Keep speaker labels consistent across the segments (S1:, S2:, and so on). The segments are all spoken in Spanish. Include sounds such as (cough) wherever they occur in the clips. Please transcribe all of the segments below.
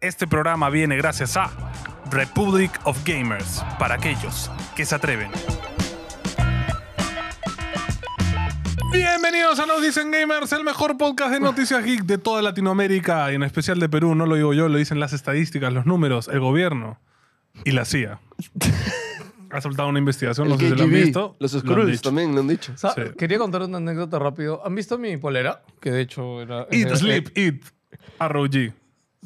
S1: Este programa viene gracias a Republic of Gamers, para aquellos que se atreven. Bienvenidos a Nos Dicen Gamers, el mejor podcast de noticias geek de toda Latinoamérica y en especial de Perú. No lo digo yo, lo dicen las estadísticas, los números, el gobierno y la CIA.
S2: (laughs)
S1: Ha soltado una investigación, no
S2: El
S1: sé si lo han
S2: KGB,
S1: visto.
S2: Los
S1: Lo han
S2: Skrulls
S1: dicho.
S2: también lo han dicho.
S3: Sa-
S1: Sí.
S3: Quería contar una anécdota rápido. ¿Han visto mi polera? Que de hecho era...
S1: Eat,
S3: era-
S1: sleep, eat. ROG.
S3: Sí,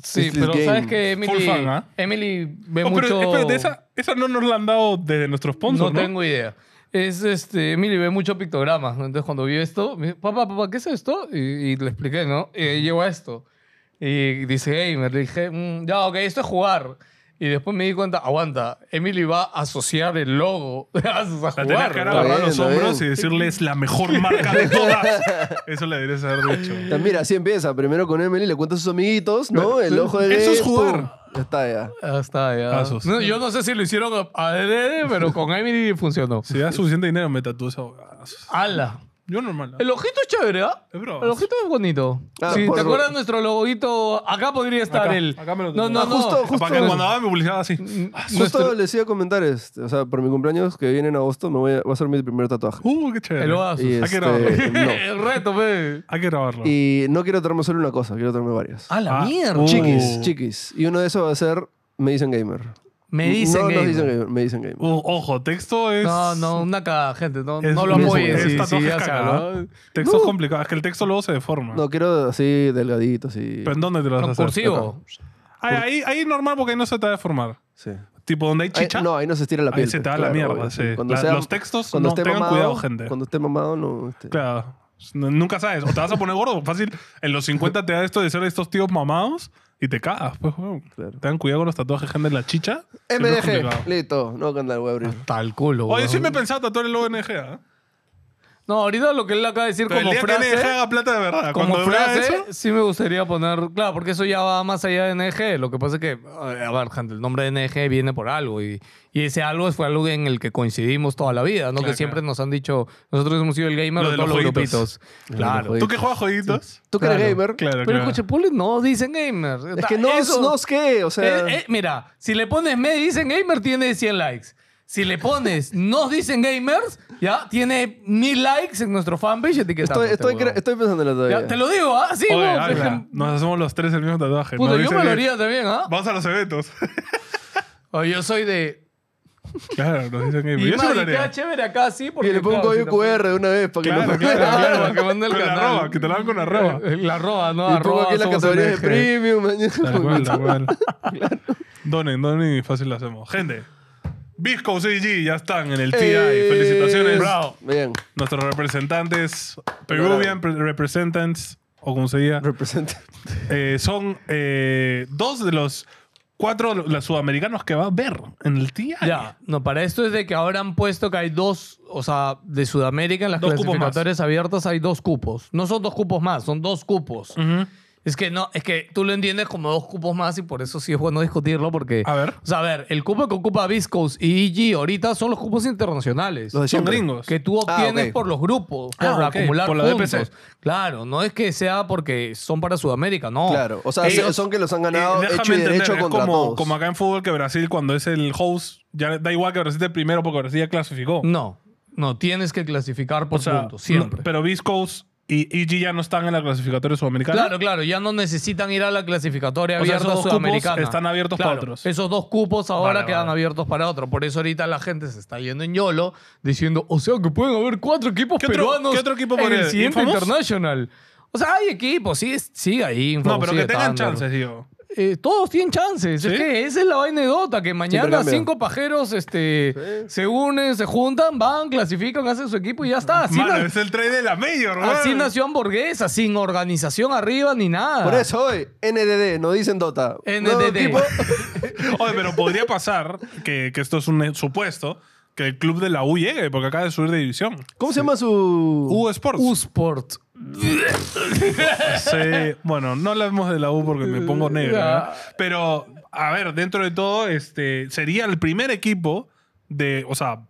S2: This is
S3: pero
S2: game.
S3: sabes que Emily,
S1: Full fan, ¿ah?
S3: Emily ve
S1: Oh,
S3: mucho...
S1: pero espérate, esa, esa no nos la han dado desde nuestros
S3: no,
S1: sponsors, ¿no?
S3: tengo idea. Es este, Emily ve mucho pictogramas, ¿no? Entonces cuando vio esto, me dijo, papá, papá, ¿qué es esto? Y, y le expliqué, ¿no? Y ahí llegó a esto. Y dice gamer, le dije, "Mm, ya, ok, esto es jugar. Y después me di cuenta, aguanta, Emily va a asociar el logo (laughs) a, sus- a
S1: La tenías
S3: jugar.
S1: que
S3: ¿no?
S1: agarrar a
S2: bien,
S1: los
S2: está
S1: hombros y
S2: bien.
S1: decirle es la mejor marca de (laughs) todas. Eso le deberías haber dicho.
S2: Ya, mira, así empieza. Primero con Emily, le cuenta a sus amiguitos, ¿no? El ojo de
S1: Eso es
S2: pum,
S1: jugar.
S2: Ya está, ya.
S3: Ya está, ya.
S1: Asos.
S3: No, yo no sé si lo hicieron a- adrede, pero con Emily funcionó.
S1: Si das suficiente dinero, me tatúo esa abogada.
S3: ¡Hala!
S1: Yo normal. ¿no?
S3: El ojito es chévere, ¿ah?
S1: Es bravo.
S3: El ojito es bonito.
S2: Ah,
S3: si
S2: por-
S3: te acuerdas nuestro logoito, acá podría estar
S1: Acá,
S3: el.
S1: acá me lo
S3: no,
S1: tengo.
S3: no,
S1: Ah,
S3: no.
S2: justo, justo.
S1: Para que cuando daba mi publicidad así.
S2: Justo
S3: Nuestro-
S2: les iba a comentar, este, o sea, por mi cumpleaños que viene en agosto, me voy a, va a ser mi primer tatuaje.
S1: Uh, qué chévere.
S3: El oasis.
S2: Y
S1: Hay que
S2: este,
S1: grabarlo.
S2: (laughs) no.
S3: (laughs) el reto, pe.
S1: Hay que grabarlo.
S2: Y no quiero traerme solo una cosa, quiero traerme varias.
S3: ¡A la
S1: Ah,
S3: mierda!
S1: uh.
S2: Chiquis, chiquis. Y uno de esos va a ser Me Dicen Gamer.
S3: Me dicen
S2: no,
S3: que.
S2: No, dicen gamer, Me Dicen Gamer.
S1: Uh, ojo, texto es.
S3: No, no, una caga, gente. No,
S1: es-
S3: no lo
S1: es-
S3: apoyes.
S1: es
S3: si-
S1: tatuaje
S3: si ya se
S1: cagada.
S3: habló.
S1: Texto es complicado. Es que el texto luego se deforma.
S2: No, quiero así delgadito, así.
S1: ¿Pero en dónde te lo vas a
S3: No,
S1: hacer?
S3: Cursivo.
S1: Ay, ahí, ahí normal porque ahí no se te va a deformar.
S2: Sí.
S1: Tipo donde hay
S2: Ahí-
S1: chicha.
S2: no, ahí no se estira la
S1: Ahí
S2: piel.
S1: se te
S2: pues,
S1: va la mierda,
S2: obvio,
S1: sí. La- los textos, no,
S2: esté
S1: tengan
S2: mamado,
S1: cuidado, gente.
S2: Cuando esté mamado, no. este,
S1: Claro. N- Nunca sabes. O te vas a poner gordo. Fácil. En los 50 te da esto de ser estos tíos mamados y te cagas. Pues, weón.
S2: Claro.
S1: Tengan cuidado con los tatuajes gente en la chicha. siempre es
S2: MDG,
S1: complicado.
S2: listo. No, que andar, voy a abrir.
S3: Hasta el culo.
S1: Oye,
S3: weón.
S1: sí me he pensado tatuar el ONG. ¿ah?
S3: No, ahorita lo que él acaba de decir
S1: Pero el
S3: como
S1: día que NG
S3: frase.
S1: haga plata de verdad.
S3: Como
S1: cuando vea
S3: frase,
S1: eso,
S3: sí me gustaría poner, claro, porque eso ya va más allá de NG. Lo que pasa es que, eh, a ver, gente, el nombre de NG viene por algo y, y ese algo fue algo en el que coincidimos toda la vida, ¿no?
S1: Claro,
S3: que siempre
S1: claro.
S3: nos han dicho, nosotros hemos sido el gamer
S1: Lo de
S3: de todos
S1: los
S3: los
S1: jueguitos.
S3: grupitos. Claro.
S2: Los
S1: ¿Tú que juegas jueguitos?
S2: Tú que eres
S3: Claro,
S2: gamer.
S1: Claro,
S3: Pero
S1: claro.
S3: escucha, ponle no, dicen gamer.
S2: Es que no,
S3: Eso-
S2: no es que, o sea.
S3: eh, eh, mira, si le pones me dicen gamer, tiene 100 likes. Si le pones nos dicen gamers, ya tiene mil likes en nuestro fanpage etiquetando.
S2: estoy, estoy, cre- estoy pensando en la todavía.
S3: este te lo digo, ¿ah? Sí,
S1: Oye,
S3: vos,
S1: ala,
S3: es que-
S1: nos hacemos los tres el mismo tatuaje.
S3: Puta,
S1: Nos
S3: yo
S1: dicen
S3: me lo
S1: que-
S3: haría también, ¿ah?
S1: Vamos a los
S3: (laughs)
S1: eventos.
S3: O yo soy de.
S1: claro, nos dicen que.
S3: Y
S1: Yo sí me lo
S3: madre, queda
S1: haría.
S3: chévere acá, sí,
S2: Y
S3: porque.
S2: le pongo
S3: claro,
S2: código
S3: si tampoco-
S2: QR de una vez para que
S3: (laughs)
S1: Claro,
S2: lo (laughs)
S1: claro,
S3: Claro,
S1: claro.
S3: para que mande el
S1: Con
S3: canal.
S1: arroba, que te la dan con arroba.
S3: Eh, (laughs) La arroba,
S2: Y
S3: ¿no?
S2: pongo
S3: Arroba.
S2: aquí las
S3: somos
S2: categorías de
S3: NG.
S2: premium.
S1: Tal cual,
S2: (laughs) mañana.
S1: tal cual. Donen, donen y fácil lo hacemos. Gente, Visco CG ya están en el TI.
S2: Eh,
S1: Felicitaciones.
S2: Bien,
S1: Nuestros representantes, Peruvian pre- Representants, o como se diga,
S2: representa.
S1: eh, son eh, dos de los cuatro los sudamericanos que va a ver en el TI.
S3: (laughs) Ya, no, para esto es de que ahora han puesto que hay dos, o sea, de Sudamérica en las
S1: Dos cupos más.
S3: clasificatorias abiertas hay dos cupos. No son dos cupos más, son dos cupos.
S1: Ujú.
S3: Es que no, es que tú lo entiendes como dos cupos más y por eso sí es bueno discutirlo porque...
S1: A ver.
S3: O sea, a ver, el cupo que ocupa Viscos y EG ahorita son los cupos internacionales.
S2: Los
S1: Son
S2: de siempre.
S1: gringos.
S3: Que tú
S2: Ah,
S3: obtienes
S2: ok.
S3: por los grupos, por
S1: Ah, ok,
S3: acumular
S1: por la
S3: puntos.
S1: DPC.
S3: Claro, no es que sea porque son para Sudamérica, no.
S2: Claro, o sea,
S1: Ellos-
S2: son que los han ganado
S1: Eh, déjame
S2: hecho y
S1: entender,
S2: derecho
S1: es
S2: contra
S1: como,
S2: todos.
S1: como acá en fútbol que Brasil, cuando es el host, ya da igual que Brasil esté primero porque Brasil ya clasificó.
S3: No, no, tienes que clasificar por
S1: O sea,
S3: puntos, siempre.
S1: no- pero Viscos y EG ya no están en la clasificatoria sudamericana.
S3: Claro, claro, ya no necesitan ir a la clasificatoria
S1: O sea,
S3: abierta
S1: esos dos cupos
S3: sudamericana.
S1: están abiertos para otros.
S3: Esos dos cupos ahora
S1: Vale,
S3: quedan
S1: vale.
S3: abiertos para otros. Por eso ahorita la gente se está yendo en YOLO diciendo, o sea, que pueden haber cuatro equipos
S1: ¿Qué otro-
S3: peruanos
S1: qué otro equipo
S3: en
S1: poner?
S3: el siguiente
S1: ¿Infamous?
S3: International. O sea, hay equipos, sigue, sigue ahí.
S1: No,
S3: Infamous
S1: pero
S3: sigue
S1: que tengan
S3: estándar.
S1: chances, digo.
S3: Eh, todos tienen chances.
S1: ¿Sí?
S3: Es que esa es la vaina de Dota, que mañana
S2: cambia.
S3: cinco pajeros este,
S2: Sí.
S3: se unen, se juntan, van, clasifican, hacen su equipo y ya está. Así,
S1: Mano,
S3: na-
S1: es el trade de la mayor,
S3: así
S1: weón.
S3: nació hamburguesa, sin organización arriba ni nada.
S1: Ah.
S2: Por eso hoy, NDD, no dicen Dota. Nuevo
S3: NDD.
S2: equipo.
S1: Oye, pero podría pasar que, que esto es un supuesto que el club de la U llegue porque acaba de subir de división.
S2: ¿Cómo se llama su...?
S1: U Sports.
S3: Usport.
S1: Sí, bueno, no hablamos de la U porque me pongo negro. ¿eh? Pero, a ver, dentro de todo, este sería el primer equipo de, o sea,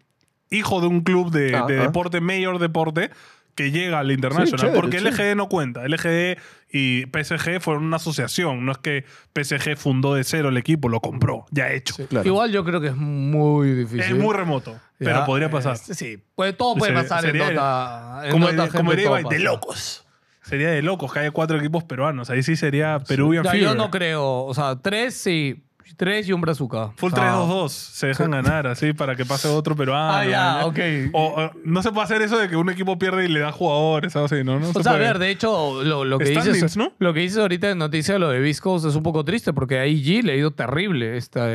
S1: hijo de un club de,
S2: Ah,
S1: de
S2: ah.
S1: deporte, mayor deporte, que llega al International.
S2: chévere,
S1: porque
S2: chévere.
S1: LGD E no cuenta. LGD E y PSG fueron una asociación. No es que PSG fundó de cero el equipo, lo compró, ya hecho.
S2: Claro.
S3: Igual yo creo que es muy difícil.
S1: Es muy remoto, pero
S3: Ya,
S1: podría pasar.
S3: este, sí, pues, todo puede
S1: Sería-
S3: pasar
S1: sería-
S3: en Dota. en
S1: como
S3: Dota,
S1: como
S3: gente,
S1: diría
S3: todo
S1: Ibai, de
S3: pasa.
S1: locos. Sería de locos que haya cuatro equipos peruanos. Ahí sí sería Peruvian
S3: Ya, yo
S1: Fever.
S3: no creo. O sea, tres sí. Tres y un brazuca.
S1: Full
S3: O sea,
S1: 3-2-2. Se
S3: (laughs)
S1: dejan ganar así para que pase otro peruano.
S3: Ah, ya,
S1: ¿no?
S3: ok.
S1: O, o, no se puede hacer eso de que un equipo pierde y le da jugadores, algo así, ¿no? No se
S3: (laughs) O sea, a
S1: puede.
S3: ver, de hecho, lo, lo que
S1: Standings,
S3: dices,
S1: ¿no?
S3: lo que dices ahorita en noticia de lo de Viscos es un poco triste porque a IG le ha ido terrible esta,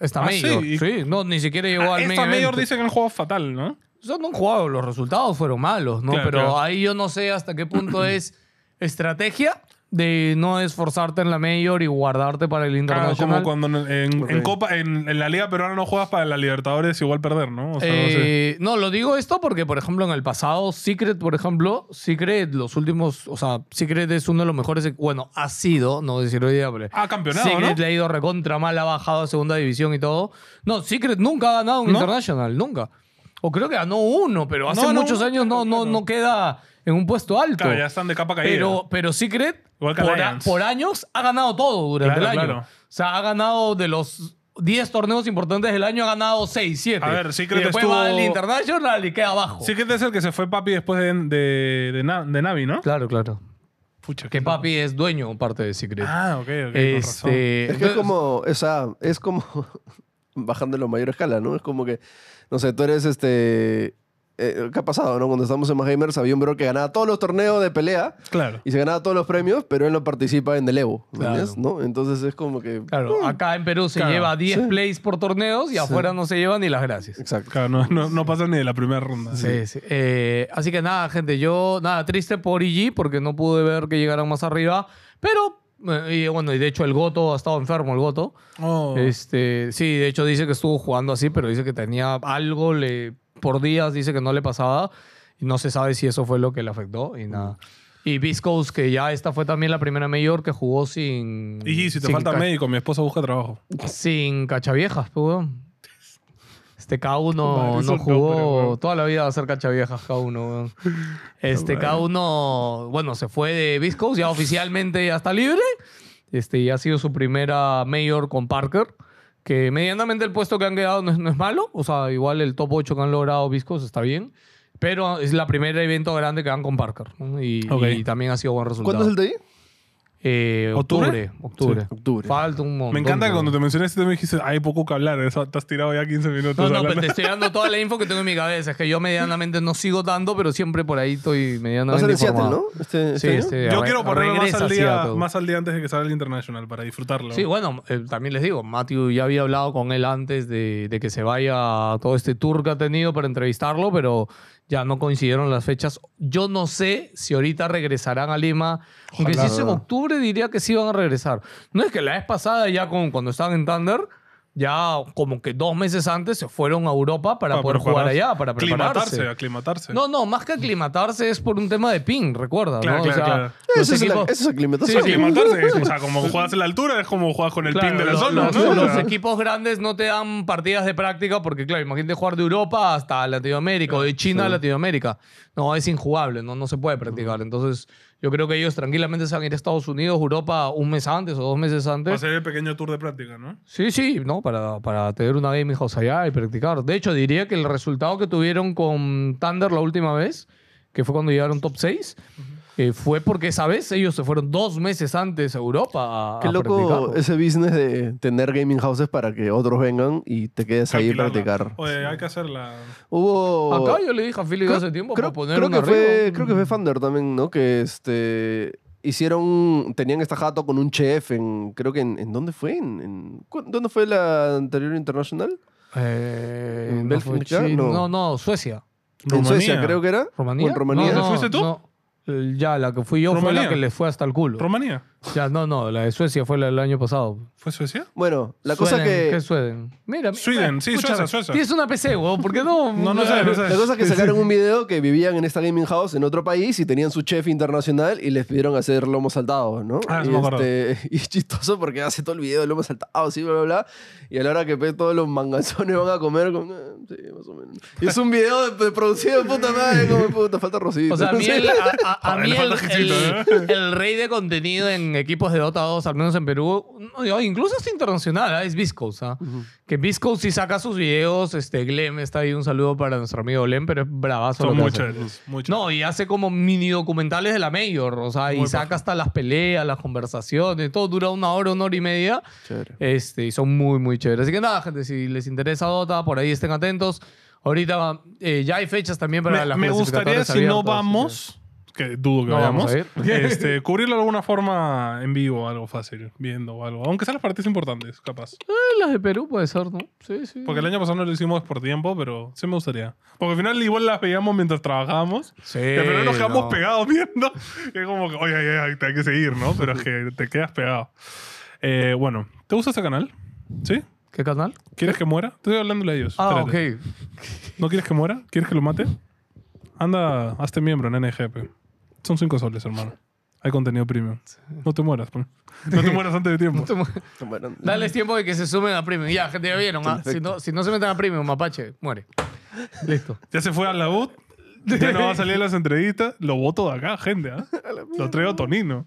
S3: esta
S1: Ah,
S3: mayor.
S1: sí.
S3: Sí, no, ni siquiera llegó
S1: Ah,
S3: al main
S1: Esta mayor
S3: event.
S1: dice que han jugado fatal, ¿no? Ah,
S3: O sea, no han jugado, los resultados fueron malos, ¿no?
S1: Claro,
S3: Pero
S1: claro.
S3: ahí yo no sé hasta
S1: (clears throat)
S3: qué punto es estrategia de no esforzarte en la mayor y guardarte para el
S1: Ah,
S3: internacional.
S1: como cuando en, en- en
S2: Ok.
S1: Copa, en, en la Liga Peruana no juegas para la Libertadores, igual perder, ¿no? O sea, no sé.
S3: Eh, no, lo digo esto porque, por ejemplo, en el pasado, Secret, por ejemplo, Secret, los últimos, o sea, Secret es uno de los mejores, e- bueno, ha sido, no decir hoy día, pero
S1: Ah, campeonado, ¿no?
S3: Secret le ha ido recontra mal, ha bajado a segunda división y todo. No, Secret nunca ha ganado un
S1: ¿No?
S3: International, nunca. O creo que ganó uno, pero hace
S1: No, no,
S3: muchos
S1: uno,
S3: años no, no,
S1: claro.
S3: no queda en un puesto alto.
S1: Claro, ya están de capa caída.
S3: Pero, pero Secret,
S1: Igual que
S3: por, a-
S1: Alliance.
S3: por años, ha ganado todo durante
S1: Claro,
S3: el año.
S1: claro.
S3: O sea, ha ganado de los 10 torneos importantes del año, ha ganado 6, 7.
S1: A ver, Secret
S3: y después
S1: estuvo-
S3: va al International y queda abajo.
S1: Sí que este es el que se fue Papi después de, de, de Na- de Navi, ¿no?
S3: Claro, claro.
S1: Pucha,
S3: Que
S1: qué-
S3: papi es dueño parte de Secret.
S1: Ah, ok, ok. con razón.
S3: este,
S2: Es que es
S3: entonces-
S2: como, o sea, es como (laughs) bajándolo a mayor escala, ¿no? Es como que, no sé, tú eres este... eh, ¿Qué ha pasado, no? Cuando estamos en Mahamers había un bro que ganaba todos los torneos de pelea
S1: Claro.
S2: y se ganaba todos los premios, pero él no participa en Delevo, ¿me
S3: Claro.
S2: entiendes? ¿no? Entonces es como que...
S3: Claro, acá en Perú se
S1: Claro,
S3: lleva 10
S2: sí.
S3: plays por torneos y afuera no se lleva ni las gracias.
S2: Exacto.
S1: Claro, no, no, no pasa ni de la primera ronda.
S3: Sí, sí. Eh, así que nada, gente, yo nada, triste por IG porque no pude ver que llegaran más arriba, pero eh, y bueno, y de hecho el Goto ha estado enfermo, el Goto.
S1: Oh.
S3: Este, sí, de hecho dice que estuvo jugando así, pero dice que tenía algo le, por días, dice que no le pasaba. Y no se sabe si eso fue lo que le afectó y nada.
S1: Mm.
S3: Y Viscous, que ya esta fue también la primera mayor que jugó sin.
S1: Y si te
S3: sin
S1: falta
S3: ca-
S1: médico, mi esposa busca trabajo.
S3: Sin cachaviejas, pues, weón. Este K1
S1: (laughs) Madre, eso
S3: no
S1: no,
S3: jugó.
S1: pero, weón.
S3: toda la vida va a ser cachaviejas
S1: (laughs)
S3: K1, weón. Este K1, bueno, se fue de Viscous, ya oficialmente ya está libre. Este, y ha sido su primera mayor con Parker. Que medianamente el puesto que han quedado no es, no es malo. O sea, igual el top 8 que han logrado Viscous está bien. Pero es la primera evento grande que han con Parker. ¿no? Y,
S1: Ok.
S3: y también ha sido buen resultado.
S2: ¿Cuándo es el de ahí?
S3: Eh, octubre.
S1: ¿Octubre?
S3: Octubre.
S2: Sí, octubre.
S3: Falta un montón.
S1: Me encanta que
S3: weón.
S1: cuando te mencioné este tema dijiste, hay poco que hablar, eso, te has tirado ya 15 minutos.
S3: No, no,
S1: hablando.
S3: pero te estoy dando toda la info que tengo en mi cabeza. Es que yo medianamente no sigo tanto, pero siempre por ahí estoy
S2: Va a
S3: medianamente
S2: ser en Seattle,
S3: informado.
S2: ¿no? Este,
S3: Sí,
S2: este año.
S3: sí,
S1: Yo
S3: re-
S1: quiero ponerme más
S3: regresa
S1: al, día,
S3: Seattle.
S1: más al día antes de que salga el International para disfrutarlo.
S3: Sí, bueno, eh, también les digo, Matthew ya había hablado con él antes de, de que se vaya a todo este tour que ha tenido para entrevistarlo, pero ya no coincidieron las fechas. Yo no sé si ahorita regresarán a Lima. Aunque si
S2: Ojalá,
S3: es en
S2: ¿verdad?
S3: octubre, diría que sí van a regresar. No es que la vez pasada, ya con, cuando estaban en Thunder, ya como que dos meses antes se fueron a Europa para, poder jugar
S1: prepararse.
S3: allá, para prepararse.
S1: Aclimatarse, aclimatarse.
S3: No, no, más que aclimatarse es por un tema de ping, recuerda.
S1: Claro,
S3: ¿no?
S1: claro,
S3: o sea,
S1: claro.
S3: los
S2: Eso Eh, es, la-
S3: equipos-
S2: eso es aclimatación.
S3: Sí, sí.
S1: Aclimatarse, es, o sea, como juegas en la altura es como juegas con el
S3: claro,
S1: pin de la
S3: lo-
S1: zona,
S3: los,
S1: ¿no? O
S3: los
S1: sea,
S3: equipos grandes no te dan partidas de práctica porque, claro, imagínate jugar de Europa hasta Latinoamérica o de China a Latinoamérica. No, es injugable, no, no se puede practicar. Entonces, yo creo que ellos tranquilamente se van a ir a Estados Unidos, Europa, un mes antes o dos meses
S1: va a
S3: antes.
S1: ser el pequeño tour de práctica, ¿no?
S3: Sí, sí, ¿no? Para, para tener una gaming house allá y practicar. De hecho, diría que el resultado que tuvieron con Thunder la última vez, que fue cuando llegaron top 6, eh, fue porque esa vez ellos se fueron dos meses antes a Europa
S2: (laughs)
S3: a,
S2: Qué
S3: a
S2: loco
S3: practicar.
S2: ese business de tener gaming houses para que otros vengan y te quedes ahí a
S1: Alquilarla.
S2: practicar.
S1: Oye, hay que hacerla.
S2: Hubo...
S3: Acá yo le dije a Philly hace tiempo para poner
S2: creo
S3: un
S2: que fue,
S3: arreglo.
S2: creo que fue Thunder también, ¿no? Que este hicieron tenían esta jato con un chef en creo que en, ¿en dónde fue ¿En, en- cu- dónde fue la anterior internacional
S3: Eh,
S2: ¿En
S3: no,
S2: Bélgica?
S3: fue Chile.
S2: No.
S3: no, no, Suecia.
S2: en
S1: Rumanía.
S2: Suecia creo que era
S3: ¿Rumanía?
S2: ¿O en Rumanía
S3: No, no,
S1: ¿Fuiste tú?
S3: no. Eh, Ya, la que fui yo fue
S1: ¿Rumanía?
S3: la que les fue hasta el culo.
S1: Rumanía.
S3: Ya, no, no, la de Suecia fue la del año pasado.
S1: ¿Fue Suecia?
S2: Bueno, la cosa
S3: Sueden,
S2: que.
S3: ¿Qué es Sueden? Mira,
S1: Sweden,
S3: mira,
S1: sí,
S3: escúchame,
S1: Suecia, Suecia.
S3: Tienes una PC, weón, ¿por qué no?
S1: No, no sé, no sé.
S2: La cosa es que sacaron un video que vivían en esta gaming house en otro país y tenían su chef internacional y les pidieron hacer lomo saltado, ¿no?
S1: Ah,
S2: y,
S1: eso me acuerdo.
S2: este, (laughs) y es chistoso porque hace todo el video de lomo saltado, así, bla, bla, bla. Y a la hora que ve, todos los manganzones van a comer, como, "Ah, sí, más o menos. Y es un video de, de producido de puta madre, como puta, falta rosita.
S3: O sea, a
S2: (laughs)
S3: mí,
S2: Sí.
S3: el, a- a- a
S1: Joder,
S3: mí
S1: le
S3: el,
S1: falta ¿eh? jefecito,
S3: el- el rey de contenido en equipos de Dota 2, al menos en Perú, no, yo- incluso es internacional, ¿ah? es Viscos. ¿ah? Que Viscos sí saca sus videos. Este, Glem está ahí, un saludo para nuestro amigo Glem, pero es bravazo.
S1: Son
S3: lo que
S1: muy
S3: hace.
S1: chéveres. muy chéveres.
S3: No, y hace como mini documentales de la Mayor, o sea, y
S1: Muy
S3: saca
S1: paja.
S3: hasta las peleas, las conversaciones, todo dura una hora, una hora y media.
S2: Chévere.
S3: Este, y son muy, muy chéveres. Así que nada, gente, si les interesa Dota, por ahí estén atentos. Ahorita eh, ya hay fechas también para
S1: me,
S3: las
S1: me gustaría
S3: clasificatorias
S1: si no
S3: abiertas, así que-
S1: vamos que dudo que
S3: No vamos
S1: vayamos
S3: a ir. (laughs)
S1: este, cubrirlo de alguna forma en vivo algo fácil viendo o algo aunque sean las partes importantes capaz
S3: Eh, las de Perú puede ser, ¿no? Sí, sí.
S1: porque el año pasado no lo hicimos por tiempo pero sí me gustaría porque al final igual las veíamos mientras trabajábamos
S3: Sí,
S1: pero primero nos quedamos
S3: no.
S1: pegados viendo (laughs) y es como que oye oye, oye, te hay que seguir ¿no? pero es que te quedas pegado Eh, bueno ¿te gusta este canal? ¿sí?
S3: ¿Qué canal?
S1: ¿quieres que muera? estoy hablándole a ellos
S3: Ah,
S1: espérate.
S3: ok.
S1: ¿no quieres que muera? ¿quieres que lo mate? anda hazte miembro en NGP son cinco soles hermano hay contenido premium. No te mueras. (laughs) pon. No te mueras antes de tiempo.
S2: Bueno,
S3: (laughs) Dales tiempo de que se sumen a Premium. Ya, gente, ya vieron. ah, Si, no, si no se meten a Premium, Mapache, muere. Listo.
S1: Ya se fue al laúd. Ya no va a salir las entrevistas. Lo voto de acá, gente. ¿ah? Lo traigo (laughs) a Tonino.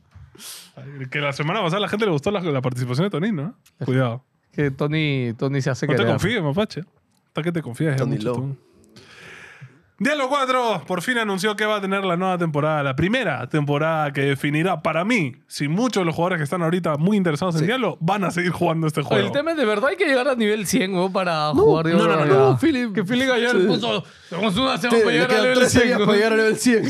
S1: Que la semana pasada a la gente le gustó la, la participación de Tonino. ¿eh? Cuidado.
S3: Que Tony, Tony se hace
S1: No Pues te
S3: querer.
S1: confíes, mapache. Hasta que te confíes.
S2: Tony
S1: mucho
S2: Lowe.
S1: tú. Diablo 4 por fin anunció que va a tener la nueva temporada, la primera temporada que definirá para mí si muchos de los jugadores que están ahorita muy interesados en Diablo van a seguir jugando este juego.
S3: El tema es de verdad hay que llegar a nivel 100, weón, para
S2: No,
S3: jugar.
S2: no, no, no, no, Philip.
S3: Que Philip ayer
S2: Sí.
S3: puso. Tenemos una semana
S2: te-
S3: para
S2: le
S3: llegar a
S2: quedan
S3: nivel
S2: 13 días
S3: 100.
S2: para
S3: weón.
S2: llegar al nivel 100.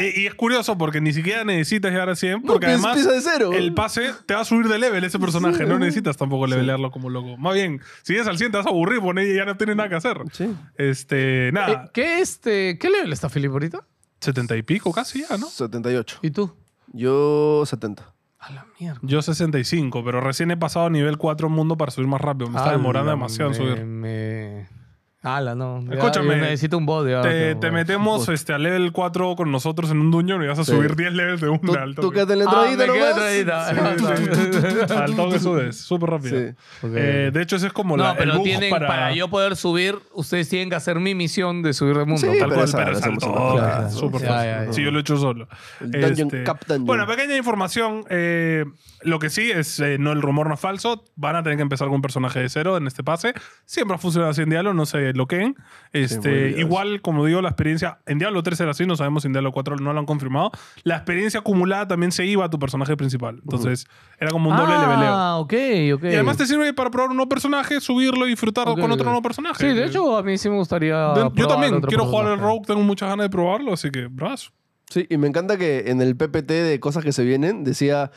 S1: y, y es curioso porque ni siquiera necesitas llegar a 100 porque
S2: pues, empieza-
S1: además
S2: empieza de cero.
S1: el pase te va a subir de level ese personaje no necesitas tampoco levelearlo como loco más bien si llegas al 100 te vas a aburrir porque ya no tienes nada que hacer
S2: Sí.
S1: este
S3: Eh,
S1: nada
S3: ¿Qué, este, ¿Qué level está Philip ahorita?
S1: 70 y pico casi ya ¿no?
S2: 78.
S3: ¿Y tú?
S2: Yo 70.
S3: A la mierda.
S1: yo 65 pero recién he pasado a nivel 4 en mundo para subir más rápido me está demorando demasiado en subir
S3: Ah, Me... Ala, no. Ya,
S1: Escúchame.
S3: yo necesito un ah, bot. ya,
S1: te,
S3: tengo-
S1: te metemos este, a level 4 con nosotros en un dungeon y vas a
S2: Pues Sí.
S1: subir 10 levels de
S2: Tú,
S1: una al
S2: tú
S1: toque. (laughs)
S2: quédate en la
S3: Ah, me
S2: entradita
S3: quedo
S2: nomás.
S3: entradita.
S1: Sí,
S2: (laughs)
S1: sí. (laughs) al toque subes súper rápido
S2: Sí.
S3: Ok.
S1: Eh, de hecho ese es como la,
S3: No,
S1: el
S3: pero
S1: bug
S3: tienen, para... yo poder subir, ustedes tienen que hacer mi misión de subir de mundo.
S2: Sí,
S1: Tal
S2: pero
S1: cual,
S2: esa
S1: pero
S2: la
S1: es al
S2: hacemos en la
S1: toque,
S3: clase,
S1: es
S3: ¿no?
S1: súper
S3: Ya,
S1: fácil.
S3: ya, ya.
S1: Sí, yo lo he hecho solo. Este,
S2: El Dungeon Cap Dungeon.
S1: Bueno, pequeña información. eh, lo que sí es, eh, no el rumor no es falso. Van a tener que empezar con un personaje de cero en este pase. Siempre ha funcionado así en Diablo, no se loqueen.
S2: muy
S1: Este,
S2: bien.
S1: igual, como digo, la experiencia en Diablo 3 era así, no sabemos si en Diablo 4 no lo han confirmado. La experiencia acumulada también se iba a tu personaje principal. Entonces, era como un doble leveleo.
S3: Ah, ok, ok.
S1: Y además te sirve para probar un nuevo personaje, subirlo y disfrutar
S3: Ok,
S1: con otro
S3: ok.
S1: nuevo personaje. Eh,
S3: Sí, de hecho, a mí sí me gustaría.
S1: De- yo
S3: probar
S1: también
S3: otro
S1: quiero jugar el
S3: personaje.
S1: Rogue, tengo muchas ganas de probarlo, así que, brazo.
S2: Sí, y me encanta que en el PPT de cosas que se vienen decía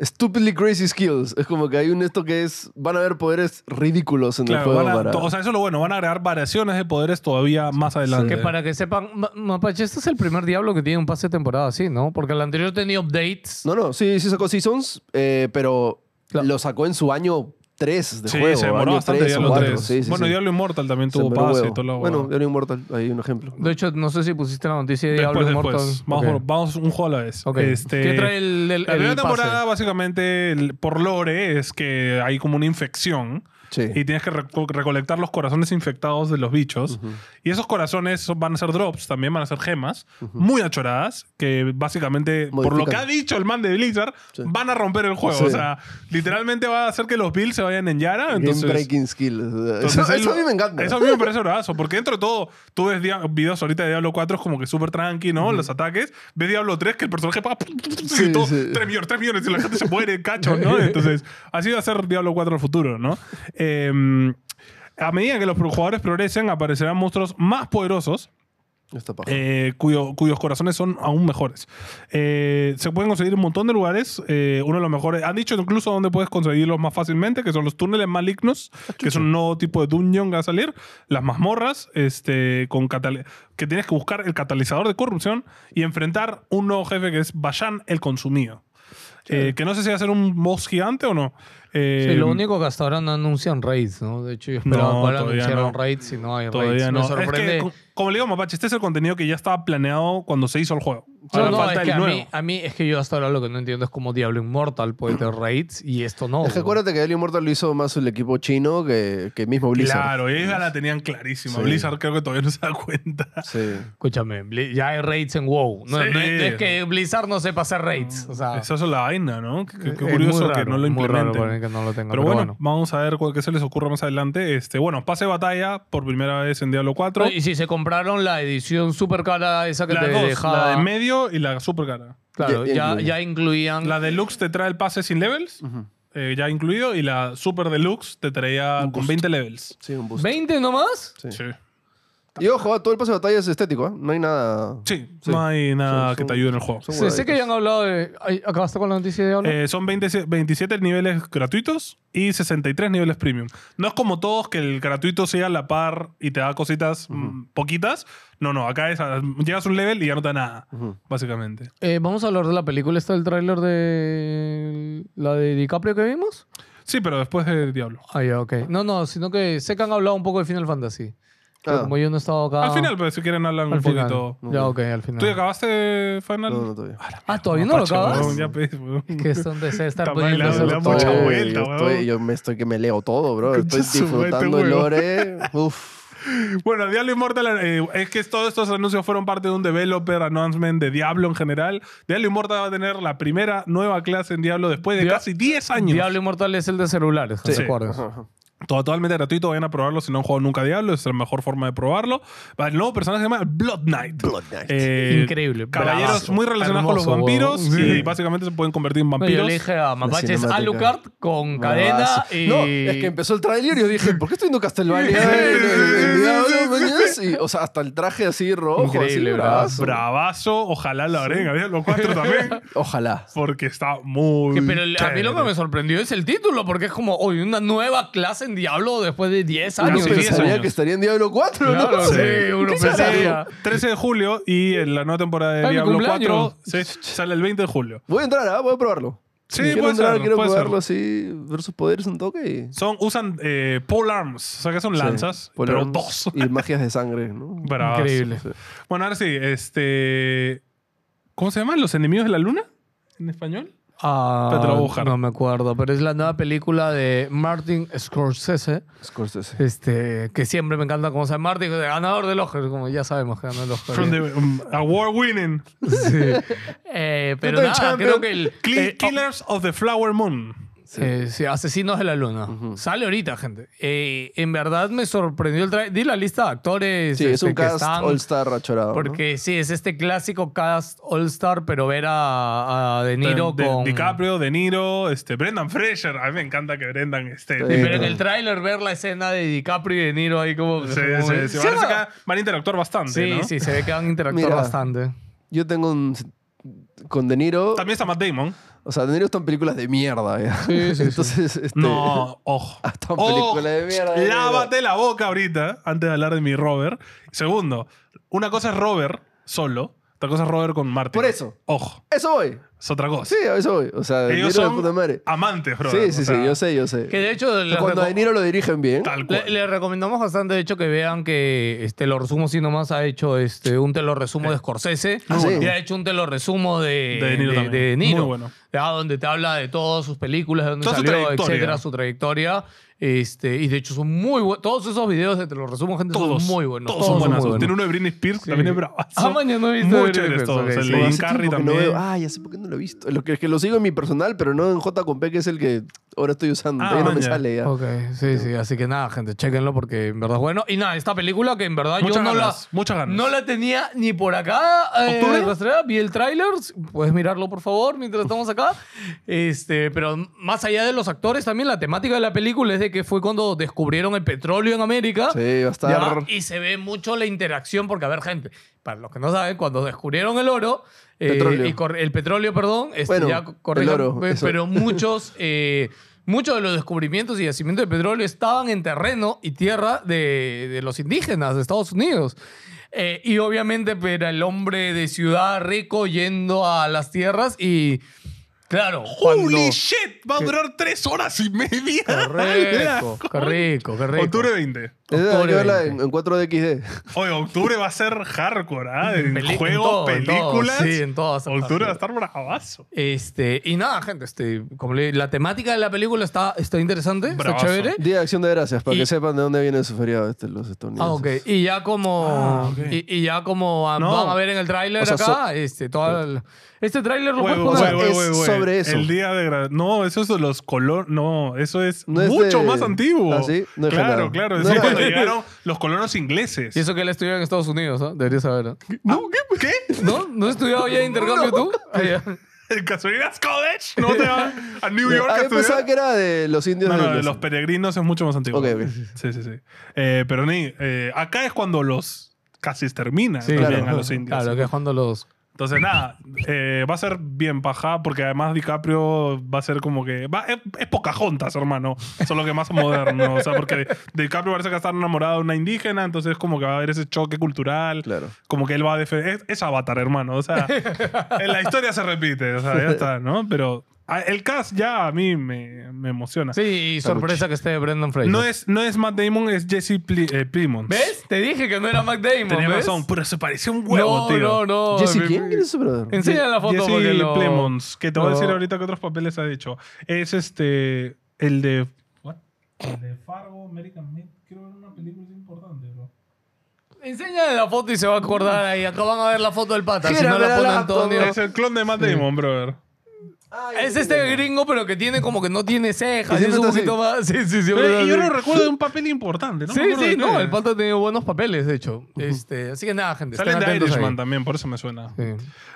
S2: Stupidly Crazy Skills. Es como que hay un esto que es. Van a haber poderes ridículos en el
S1: Claro,
S2: juego.
S1: van a-
S2: para-
S1: to- o sea, eso es lo bueno, van a agregar variaciones de poderes todavía más adelante.
S3: Que para que sepan, Ma- Mapache, este es el primer Diablo que tiene un pase de temporada así, ¿no? Porque el anterior tenía updates.
S2: No, no, sí, sí sacó Seasons, eh, pero
S3: Claro.
S2: lo sacó en su año 3 de
S1: sí,
S2: juego.
S1: se demoró
S2: año
S1: bastante
S2: 3 o
S1: Diablo
S2: 4,
S1: 3.
S2: sí, sí,
S1: bueno,
S2: sí.
S1: Diablo Immortal también
S2: Se
S1: tuvo
S2: demoró
S1: pase y
S2: huevo.
S1: todo lo
S2: Bueno, Diablo Inmortal, hay un ejemplo.
S3: De hecho, no sé si pusiste la noticia de
S1: después,
S3: Diablo eh, Immortal.
S1: después. Vamos,
S3: Ok.
S1: vamos un juego a la vez.
S3: Ok.
S1: Este,
S3: ¿Qué trae el, el,
S1: la
S3: el
S1: primera
S3: pase?
S1: temporada, básicamente, el- por lore, es que hay como una infección
S2: Sí.
S1: y tienes que reco- recolectar los corazones infectados de los bichos. Y esos corazones son- van a ser drops, también van a ser gemas, muy achoradas, que básicamente, por lo
S2: Modifican.
S1: que ha dicho el man de Blizzard,
S2: Sí.
S1: van a romper el juego.
S2: Sí.
S1: O sea, literalmente va a hacer que los builds se vayan en Yara. Entonces,
S2: Game breaking skills.
S1: entonces
S2: eso,
S1: él-
S2: eso a mí me encanta.
S1: Eso a mí me parece bravazo, porque dentro de todo, tú ves dia- videos ahorita de Diablo 4, es como que súper tranqui, ¿no? Los ataques. Ves Diablo 3, que el personaje paga
S2: Sí,
S1: todo,
S2: sí.
S1: 3 millones, 3 millones, y la gente se muere, cacho,
S2: (laughs)
S1: ¿no? Entonces, así va a ser Diablo 4 en el futuro, ¿no? Eh, a medida que los jugadores progresen, aparecerán monstruos más poderosos
S2: Esta paja.
S1: eh, cuyo- cuyos corazones son aún mejores. Eh, se pueden conseguir en un montón de lugares. eh, uno de los mejores. Han dicho incluso dónde puedes conseguirlos más fácilmente, que son los túneles malignos,
S3: Ah,
S1: que es un nuevo tipo de dungeon que va a salir. Las mazmorras, este, con catale- que tienes que buscar el catalizador de corrupción y enfrentar un nuevo jefe que es Bayan el Consumido. Eh, que no sé si va a ser un boss gigante o no. Eh,
S3: Sí, lo único que hasta ahora no anuncian raids, ¿no? De hecho, yo esperaba
S1: No,
S3: cuál
S1: todavía
S3: anunciaron
S1: no.
S3: raids y no hay
S1: Todavía
S3: raids.
S1: no.
S3: Me
S1: Es que,
S3: sorprende.
S1: co- como le digo, Mapache, este es el contenido que ya estaba planeado cuando se hizo el juego.
S3: No,
S1: Ahora
S3: no,
S1: falta
S3: es que
S1: el
S3: a
S1: nuevo.
S3: mí, a mí es que yo hasta ahora lo que no entiendo es cómo Diablo Immortal puede tener raids y esto no.
S2: Es que
S3: güey.
S2: acuérdate que Diablo Immortal lo hizo más el equipo chino que, que mismo Blizzard.
S1: Claro, ellos la tenían clarísima.
S2: Sí.
S1: Blizzard creo que todavía no se da cuenta.
S2: Sí.
S3: Escúchame, Bli- ya hay raids en WoW. No,
S1: Sí.
S3: no es, no es que Blizzard no sepa hacer raids. O sea,
S1: Esa es la vaina, ¿no? Qué, qué- qué
S3: Ah. es
S1: curioso
S3: muy
S1: que
S3: raro,
S1: no lo
S3: muy raro
S1: implementen.
S3: para mí que no lo tengan,
S1: Pero, bueno, vamos a ver cuál- qué se les ocurre más adelante. Este, bueno, pase de batalla por primera vez en Diablo 4.
S3: Y si se compraron la edición super cara esa que
S1: La
S3: te
S1: dos,
S3: dejaba.
S1: la de medio y la super cara.
S3: Claro,
S2: Ya- ya
S3: ya,
S2: incluye.
S3: ya incluían.
S1: La deluxe te trae el pase sin levels, eh, ya incluido, y la super deluxe te traía
S2: Un
S1: con
S2: boost.
S1: 20 levels.
S2: Sí, un boost.
S3: ¿20 nomás?
S2: Sí. Y ojo, ah, todo el pase de batalla es estético, ¿eh? No hay nada.
S1: Sí,
S2: Sí.
S1: no hay nada
S2: Son-
S1: que te
S2: son-
S1: ayude en el juego.
S2: son
S3: Sí, sé que
S2: huevaditas.
S3: ya han hablado de. ay, ¿Acabaste con la noticia de Diablo?
S1: Eh, son 20 27 niveles gratuitos y 63 niveles premium. No es como todos que el gratuito sea a la par y te da cositas mm, poquitas. No, no, acá es, a- llegas a un level y ya no te da nada,
S2: Ujú.
S1: básicamente.
S3: Eh, vamos a hablar de la película. ¿Está el tráiler de la de DiCaprio que vimos?
S1: Sí, pero después de Diablo.
S3: Ah, ya, ok. No, no, sino que sé que han hablado un poco de Final Fantasy. Pero
S2: Ah.
S3: como yo no he estado acá...
S1: Al final, pero si quieren hablan
S3: Al
S1: un
S3: final.
S1: poquito.
S3: Ya, ok, al final.
S1: ¿Tú ya acabaste Final?
S2: No, no, todavía.
S1: A la
S3: Ah,
S1: mierda,
S3: ¿todavía no lo
S1: mapache,
S3: acabas?
S1: weón, ya pedí, weón.
S3: (laughs) Que es donde se está
S1: Tamay,
S3: poniendo...
S1: Ah, le
S3: eso
S1: le da
S3: todo.
S1: mucha
S2: Estoy-
S1: vuelta,
S2: yo
S1: huevón.
S2: estoy- Yo me estoy que me leo todo, bro. Estoy
S1: Concha su madre,
S2: disfrutando el
S1: huevón.
S2: lore. Uf.
S1: Bueno, Diablo Immortal eh, es que todos estos anuncios fueron parte de un developer announcement de Diablo en general. Diablo Immortal va a tener la primera nueva clase en Diablo después de
S3: Dia-
S1: casi 10 años.
S3: Diablo Inmortal es el de celulares,
S1: Sí.
S3: ¿te acuerdas?
S1: Totalmente gratuito, vayan a probarlo si no han jugado nunca Diablo, es la mejor forma de probarlo. Va, El nuevo personaje se llama Blood Knight.
S2: Blood Knight.
S1: Eh,
S3: Increíble,
S1: Caballeros
S3: bravazo,
S1: muy relacionados
S3: hermoso,
S1: con los vampiros
S3: huevón.
S1: y básicamente se pueden convertir en
S3: No, yo
S1: vampiros.
S3: le dije a Mapache, es
S2: cinemática.
S3: Alucard con cadena
S2: Bravazo.
S3: y...
S2: No, es que empezó el tráiler y yo dije, ¿por qué estoy viendo Castlevania?
S1: (laughs) Sí,
S2: en el- en el
S1: sí,
S2: Diablo,
S1: sí,
S2: mañas? Y, o sea, hasta el traje así rojo.
S3: Increíble,
S2: así, bravazo.
S1: Bravazo, ojalá lo haré en Diablo
S3: (laughs)
S1: 4 también,
S2: Ojalá.
S1: porque está muy.
S3: Que, pero el- a mí lo que
S1: Mm, chévere.
S3: me sorprendió es el título, porque es como, hoy una nueva clase en Diablo después de 10 años.
S1: sí,
S2: Uno
S3: Claro,
S1: 10
S2: Ah, pensaría
S1: años.
S2: que estaría en Diablo 4,
S3: Claro,
S2: ¿no?
S3: sí,
S1: Sí.
S3: uno
S1: ¿Qué pasa?
S3: pensaría.
S1: 13 de julio y en la nueva temporada de
S3: Ay, mi
S1: Diablo 4
S3: cumpleaños.
S1: se- sale el 20 de julio.
S2: Voy a entrar, ¿ah? voy a probarlo.
S1: Sí,
S2: quiero
S1: puede
S2: entrar,
S1: ser,
S2: quiero
S1: puede ser.
S2: probarlo así, ver sus poderes un toque y...
S1: Son, usan eh, pole arms, o sea que son lanzas,
S2: Sí, pole
S1: pero
S2: arms
S1: dos.
S2: Y magias de sangre, ¿no?
S1: Bravazo.
S3: Increíble.
S1: Bueno, ahora sí, este. ¿Cómo se llaman? ¿Los enemigos de la luna? ¿En español?
S3: Ah,
S1: Pero te lo voy a buscar.
S3: no me acuerdo, pero es la nueva película de Martin Scorsese,
S2: Scorsese.
S3: este, que siempre me encanta cómo se llama Martin, ganador del Oscar, como ya sabemos que ganó el Oscar.
S1: From the (laughs) um, award winning
S3: Sí. Eh, pero
S2: Puta,
S3: nada,
S2: champion.
S3: creo que el...
S1: Cli-
S3: eh, oh,
S1: Killers of the Flower Moon.
S3: Eh, sí, Asesinos de la Luna. Sale ahorita, gente. Eh, en verdad me sorprendió el trailer. Di la lista de actores.
S2: Sí, es
S3: este,
S2: un
S3: que
S2: cast
S3: están,
S2: all-star achorado. ¿no?
S3: Porque sí, es este clásico cast all-star, pero ver a, a De Niro
S1: De-
S3: con.
S1: DiCaprio, De Niro, este, Brendan Fraser. A mí me encanta que Brendan esté.
S2: Sí.
S3: Sí, pero en el tráiler ver la escena de DiCaprio y De Niro ahí como.
S1: Sí,
S3: como-
S1: sí, sí,
S3: Sí,
S1: parece
S3: ¿no?
S1: que van a interactuar bastante,
S3: Sí,
S1: ¿no?
S3: sí, se ve que van a interactuar
S2: Mira.
S3: bastante.
S2: Yo tengo un... Con De Niro...
S1: También está Matt Damon.
S2: O sea, De Niro está en películas de mierda. ¿ya?
S3: Sí, sí, sí.
S2: Entonces, este...
S1: No, ojo.
S2: (laughs) Hasta en
S1: Ojo.
S2: película de mierda, de
S1: Lávate la boca ahorita, antes de hablar de mi Robert. Segundo, una cosa es Robert solo, otra cosa es Robert con Martin.
S2: Por eso.
S1: Ojo,
S2: Eso voy.
S1: es otra cosa.
S2: Sí, a eso voy. O sea, De Niro
S1: Ellos
S2: de
S1: son
S2: puta madre.
S1: amantes, bro.
S2: Sí, sí, sí, yo sé, yo sé.
S3: Que de hecho.
S2: Pero
S3: les
S2: Cuando
S3: reco-
S2: a De Niro lo dirigen bien...
S1: Tal cual.
S3: Le, le recomendamos bastante, de hecho, que vean que este, lo resumo si nomás ha hecho este, un te lo resumo de Scorsese
S2: Ah, sí.
S3: y ha hecho un te lo resumo de
S1: Eh. De De Niro también.
S3: de Niro.
S1: Muy bueno.
S3: Ya, donde te habla de todas sus películas, de dónde
S1: Toda su
S3: salió,
S1: trayectoria.
S3: etcétera, su trayectoria. Este, y de hecho son muy buenos. Todos esos videos de te lo resumo, gente,
S1: Todos.
S3: son muy buenos.
S1: Todos, son
S3: muy
S1: buenos.
S3: buenos.
S1: Tiene uno de Britney Spears, que
S3: Sí.
S1: también es bravazo.
S3: Ah, mañana no he visto
S1: Muy
S3: de
S1: chéveres
S3: Britney
S1: todos.
S3: Spears,
S1: El
S3: ok,
S1: de
S3: sí.
S1: Jim
S2: Hace
S1: Carrey
S2: tiempo que no
S1: también.
S2: veo. Ah, ya sé por qué no lo he visto. Lo que, que lo sigo en mi personal, pero no en J con P, que es el que ahora estoy usando.
S1: Ah,
S2: Ahí no me
S1: maña.
S2: sale ya.
S3: Ok, sí, sí. Así que nada, gente, chequenlo porque en verdad es bueno. Y nada, esta película que en verdad yo
S1: Muchas
S3: no
S1: ganas,
S3: la.
S1: muchas ganas.
S3: No la tenía ni por acá. eh,
S1: ¿Octubre?
S3: rastreada. Vi el tráiler. Puedes mirarlo, por favor, mientras estamos acá. Este, pero más allá de los actores, también la temática de la película es de que fue cuando descubrieron el petróleo en América.
S2: Sí, va a estar.
S3: Ya, Y se ve mucho la interacción, porque a ver, gente, para los que no saben, cuando descubrieron el oro, eh,
S2: Petróleo.
S3: y cor- el petróleo, perdón, este,
S2: Bueno,
S3: ya corrijan,
S2: el oro,
S3: pe-
S2: eso.
S3: pero muchos, (laughs) eh, muchos de los descubrimientos y yacimientos de petróleo estaban en terreno y tierra de, de los indígenas de Estados Unidos. Eh, y obviamente, pero el hombre de ciudad rico yendo a las tierras y Claro.
S1: ¡Holy
S3: cuando-
S1: shit! Va a durar tres horas y media.
S3: (laughs) Correcto, qué rico, qué rico.
S1: Octubre 20.
S2: Esa hay que
S3: Octubre
S2: verla en,
S3: 20.
S2: en 4DXD.
S1: Oye, octubre va a ser hardcore, ¿ah? En
S3: (laughs) Peli- en
S1: juegos,
S3: todo, en todo,
S1: películas.
S3: sí, en todo va a ser
S1: Octubre va a
S3: hardcore.
S1: estar bravazo.
S3: Este, y nada, gente, este, como le- la temática de la película está, está interesante, está
S1: Bravazo.
S3: chévere.
S2: Día de Acción de Gracias, para
S3: Y-
S2: que sepan de dónde viene su feriado este, los
S3: Ah,
S2: estadounidenses.
S3: ok. Y ya como,
S1: Ah, ok.
S3: y, y ya como ah,
S1: No.
S3: van a ver en el tráiler
S2: O sea,
S3: acá,
S2: so-
S3: este, toda el- este tráiler lo puedes
S1: Huevo,
S2: o sea,
S3: poner.
S1: huevo,
S2: es
S1: huevo, huevo.
S2: sobre eso.
S1: El día de gra- No, eso es de los colores. No, eso es
S2: No es
S1: mucho
S2: de-
S1: más antiguo.
S2: ¿Ah, sí? No es
S1: claro,
S2: general.
S1: claro.
S2: No
S1: Eso
S2: era-
S1: cuando llegaron los colonos ingleses.
S3: Y eso Ah, que él estudió en Estados Unidos, ¿no? Deberías saberlo.
S1: No, ¿Qué? ¿Qué?
S3: ¿No? ¿No has estudiado ya intercambio tú? Ah, ya.
S1: ¿En casualidad college? ¿No te va a New York
S2: Ah,
S1: a
S2: (laughs) yo pensaba
S1: estudiar?
S2: que era de los indios
S1: No,
S2: de
S1: no, de los peregrinos es mucho más antiguo.
S2: Ok, ok.
S1: Sí, sí, sí. Eh, pero ni, eh, acá es cuando los casi exterminan
S3: Sí,
S1: también
S2: claro.
S1: a los indios.
S3: Claro, que es cuando los...
S1: Entonces, nada, eh, va a ser bien paja, porque además DiCaprio va a ser como que. Va, es, es Pocahontas, hermano. Solo que más moderno. o sea, porque DiCaprio parece que está enamorado de una indígena, entonces es como que va a haber ese choque cultural.
S2: Claro.
S1: Como que él va a defender. Es, es Avatar, hermano. O sea, en la historia se repite. O sea, ya está, ¿no? Pero ah, el cast ya a mí me, me emociona.
S3: Sí, y sorpresa que esté Brendan Fraser.
S1: No es, no es Matt Damon, es Jesse Pli- eh, Plimons.
S3: ¿Ves? Te dije que no era Mac Damon,
S1: Tenía
S3: ¿ves?
S1: razón, pero se pareció un huevo,
S3: no,
S1: tío.
S3: no, no.
S2: Jesse,
S3: Oh, Me-
S2: ¿quién? ¿Quién es su brother?
S3: Enseña la foto porque
S1: Jesse
S3: lo...
S1: Plemons, que te voy a
S3: lo-
S1: decir ahorita que otros papeles ha hecho. Es este. El de. ¿What? El de Fargo, American Mid. Quiero ver una película importante, bro.
S3: Enseña la foto y se va a acordar ahí. Acá van a ver la foto del pata. Si
S2: Gira,
S3: no la
S2: verá
S3: pone
S2: la
S3: Antonio.
S2: foto.
S1: Es el clon de Matt Damon, brother. Ah,
S3: Es este gringo, pero que tiene como que no tiene cejas.
S2: Que
S3: y Es un
S2: siempre
S3: poquito más. Sí, sí, sí.
S1: Pero, y yo
S3: sí.
S1: lo recuerdo de un papel importante, ¿no? me
S3: Sí,
S1: acuerdo
S3: sí,
S1: de
S3: no.
S1: qué.
S3: El pata ha tenido buenos papeles, de hecho. Este, así que nada, gente.
S1: Salen
S3: estén
S1: de
S3: atentos
S1: Irishman
S3: ahí.
S1: también, por eso me suena.
S3: Sí.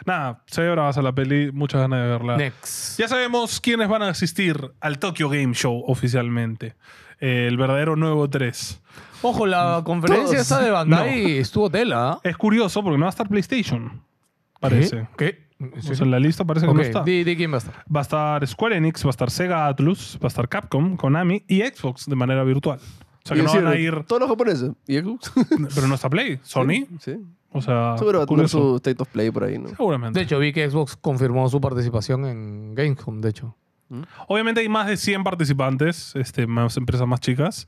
S1: Nada, se ve bravaza la peli, muchas ganas de verla.
S3: Next.
S1: Ya sabemos quiénes van a asistir al Tokyo Game Show oficialmente. Eh, el verdadero nuevo 3.
S3: Ojo,
S1: Mm.
S3: la conferencia
S2: Todos.
S3: esa de Bandai estuvo tela. ¿ah?
S1: Es curioso porque no va a estar PlayStation. Eh, Parece.
S3: ¿Qué? ¿En
S1: O
S3: serio?
S1: sea, en la lista parece que
S3: Ok,
S1: no está.
S3: di, di quién va a estar.
S1: Va a estar Square Enix, va a estar Sega Atlus, va a estar Capcom, Konami y Xbox de manera virtual. O sea que no van a ir,
S2: Todos los japoneses. ¿Y (laughs) Xbox?
S1: (laughs) pero no está Play, Sony.
S2: Sí.
S1: O sea,
S2: Seguro va a tener
S1: curioso.
S2: su State of Play por ahí, ¿no?
S3: De
S1: Seguramente.
S3: hecho, vi que Xbox confirmó su participación en Gamescom, de hecho.
S1: Obviamente hay más de 100 participantes, este, más empresas más chicas.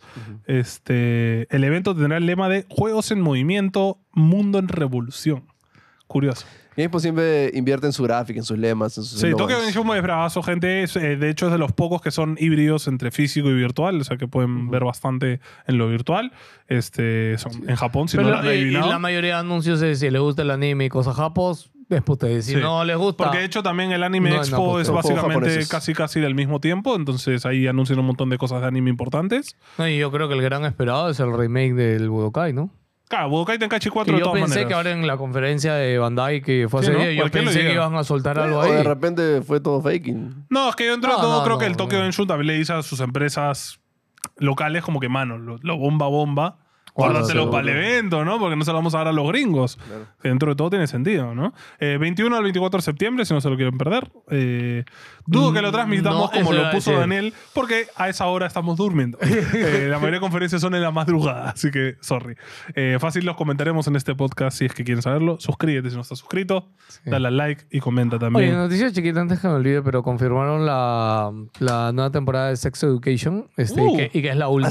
S1: este, el evento tendrá el lema de Juegos en Movimiento, Mundo en Revolución. Curioso.
S2: Gamescom pues siempre invierte en su gráfica, en sus lemas, en sus
S1: Sí,
S2: slogans.
S1: Tokyo Game Show es bravazo, gente. Es, eh, de hecho, es de los pocos que son híbridos entre físico y virtual. O sea, que pueden ver bastante en lo virtual. Este, son- En Japón, si no
S3: Pero, eh,
S1: lo han
S3: y- y,
S1: adivinado.
S3: la mayoría de anuncios es si le gusta el anime y cosas japos, es puta. Y Si
S1: Sí.
S3: no les gusta.
S1: Porque de hecho también el Anime
S3: No, no,
S1: Expo
S3: porque
S1: es
S2: son juegos
S1: básicamente
S2: japoneses.
S1: casi casi del mismo tiempo, entonces ahí anuncian un montón de cosas de anime importantes.
S3: No, y yo creo que el gran esperado es el remake del Budokai, ¿no?
S1: Claro, Budokai Tenkaichi 4
S3: Y
S1: de
S3: yo
S1: todas
S3: pensé
S1: maneras.
S3: que ahora en la conferencia de Bandai que fue
S1: Sí,
S3: hace
S1: ¿no?
S3: día, yo
S1: Cualquiera lo
S3: pensé que
S1: diría.
S3: iban a soltar algo
S2: O de
S3: ahí.
S2: repente fue todo faking.
S1: No, es que yo dentro
S3: No,
S1: de todo
S3: no,
S1: creo que
S3: no,
S1: el Tokyo
S3: no.
S1: Game Show también le dice a sus empresas locales como que, mano, lo, lo bomba bomba, guárdatelo
S2: Guárdatelo,
S1: para el
S2: bro.
S1: evento, ¿no? Porque no se lo vamos a dar a los gringos. Que Dentro de todo tiene sentido, ¿no? Eh, 21 al 24 de septiembre, si no se lo quieren perder. Eh, dudo que lo
S3: Mm,
S1: transmitamos
S3: no,
S1: como
S3: eso iba
S1: lo
S3: a
S1: puso
S3: decir.
S1: Daniel, porque a esa hora estamos
S3: (laughs)
S1: durmiendo. Eh, la mayoría de conferencias son en la madrugada, así que, sorry. Eh, fácil los comentaremos en este podcast si es que quieren saberlo. Suscríbete si no estás suscrito, dale a like y comenta también.
S3: Oye, noticia chiquita antes que me olvide, pero confirmaron la, la nueva temporada de Sex Education este,
S1: Uh.
S3: y, que, y que es la última.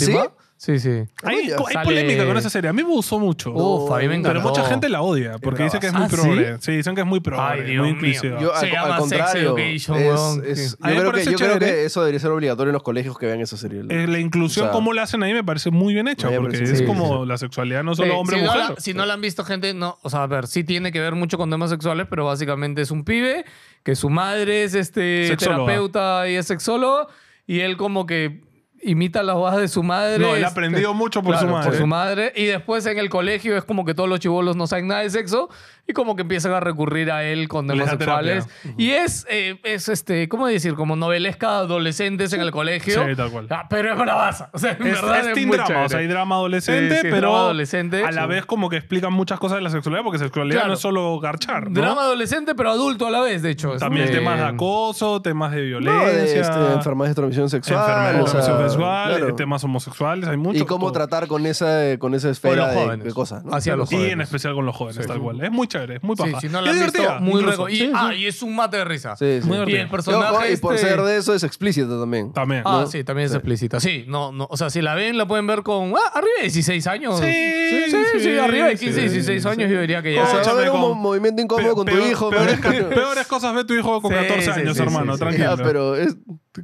S3: sí? sí,
S1: Hay,
S2: Oye,
S1: hay
S3: sale-
S1: polémica con esa serie. A mí me gustó mucho.
S3: Uf, a mí me
S1: pero
S3: encantó.
S1: mucha gente la odia porque dice que es muy
S3: bravazo. ¿Ah,
S1: progre. ¿sí? dicen que es muy progre,
S3: Ay, Dios
S1: muy
S3: mío.
S1: inclusiva.
S2: Yo,
S3: Se
S2: al,
S3: llama
S2: al
S3: Sex
S2: contrario,
S3: Education,
S2: es-
S3: weón,
S2: es-
S3: sí.
S1: A mí me
S2: yo, creo que,
S1: parece
S2: yo creo
S1: chévere.
S2: que eso debería ser obligatorio en los colegios que vean esa serie.
S1: Eh, la inclusión
S2: O sea,
S1: como la hacen ahí me parece muy bien hecha
S2: me
S1: porque
S2: parece-
S1: es
S3: sí,
S1: como la sexualidad no solo
S3: Eh, si, no
S1: hombre-mujer.
S3: la, si no la han visto gente, no, o sea, a ver, sí tiene que ver mucho con temas sexuales, pero básicamente es un pibe que su madre es este
S1: Sexóloga.
S3: terapeuta y es sexólogo y él como que imita las voces de su madre.
S1: No, él
S3: este,
S1: ha aprendido mucho por su
S3: claro,
S1: madre.
S3: Por su madre. Y después en el colegio es como que todos los chivolos no saben nada de sexo y como que empiezan a recurrir a él con
S1: Les
S3: temas
S1: da terapia.
S3: sexuales. Y es, eh, es este, ¿cómo decir? Como novelesca de adolescentes en el colegio.
S1: Sí, tal cual.
S3: Ah, pero es bravaza. O sea, en
S1: Es,
S3: verdad
S1: es
S3: es
S1: teen
S3: muy
S1: drama,
S3: chévere.
S1: o sea, hay drama adolescente,
S3: Sí, sí, es
S1: pero
S3: drama adolescente,
S1: a la
S3: sí.
S1: vez como que explican muchas cosas de la sexualidad, porque sexualidad
S3: Claro.
S1: no es solo garchar, ¿no?
S3: Drama adolescente, pero adulto a la vez, de hecho.
S1: También
S3: Este,
S1: temas de acoso, temas de
S2: No,
S1: violencia,
S2: de este, enfermedades de transmisión sexual.
S1: enfermedades de
S2: o sea,
S1: transmisión homosexual,
S2: claro.
S1: eh, temas homosexuales, hay mucho.
S2: Y
S1: todo.
S2: cómo tratar con esa, con esa esfera
S3: los
S2: de-
S3: jóvenes.
S2: de cosas. ¿no?
S3: Hacia los
S1: Y en
S3: jóvenes.
S1: especial con los jóvenes,
S3: Sí.
S1: tal cual. Es muy chévere, es muy
S3: Sí,
S1: paja.
S3: si no
S1: Y
S3: la han
S1: divertida,
S3: visto, muy
S1: incluso.
S3: rico. Y, Ah, y es un mate de risa.
S2: Sí, sí.
S1: Muy
S3: Y el
S1: divertido.
S2: Y ojo,
S3: personaje
S2: y por
S3: este-
S2: ser de eso es explícito también.
S1: También.
S3: Ah,
S2: ¿no?
S3: sí, también es explícita. Sí, no, no. O sea, si la ven, la pueden ver con ah, arriba de 16 años.
S1: Sí,
S3: sí, sí,
S1: sí,
S3: sí, arriba de 15,
S1: sí,
S3: 16 años yo diría que
S2: O sea,
S3: ya.
S1: Con-
S2: va a haber un
S1: Chame,
S2: mo- movimiento incómodo
S1: Pe-
S2: con tu
S1: peor-
S2: hijo.
S1: Peores,
S2: (laughs) pero-
S1: ca- peores cosas ve tu hijo con
S3: Sí,
S1: 14
S3: sí,
S1: años,
S3: sí,
S1: hermano,
S3: sí, sí.
S1: tranquilo.
S2: Ya, ah, pero es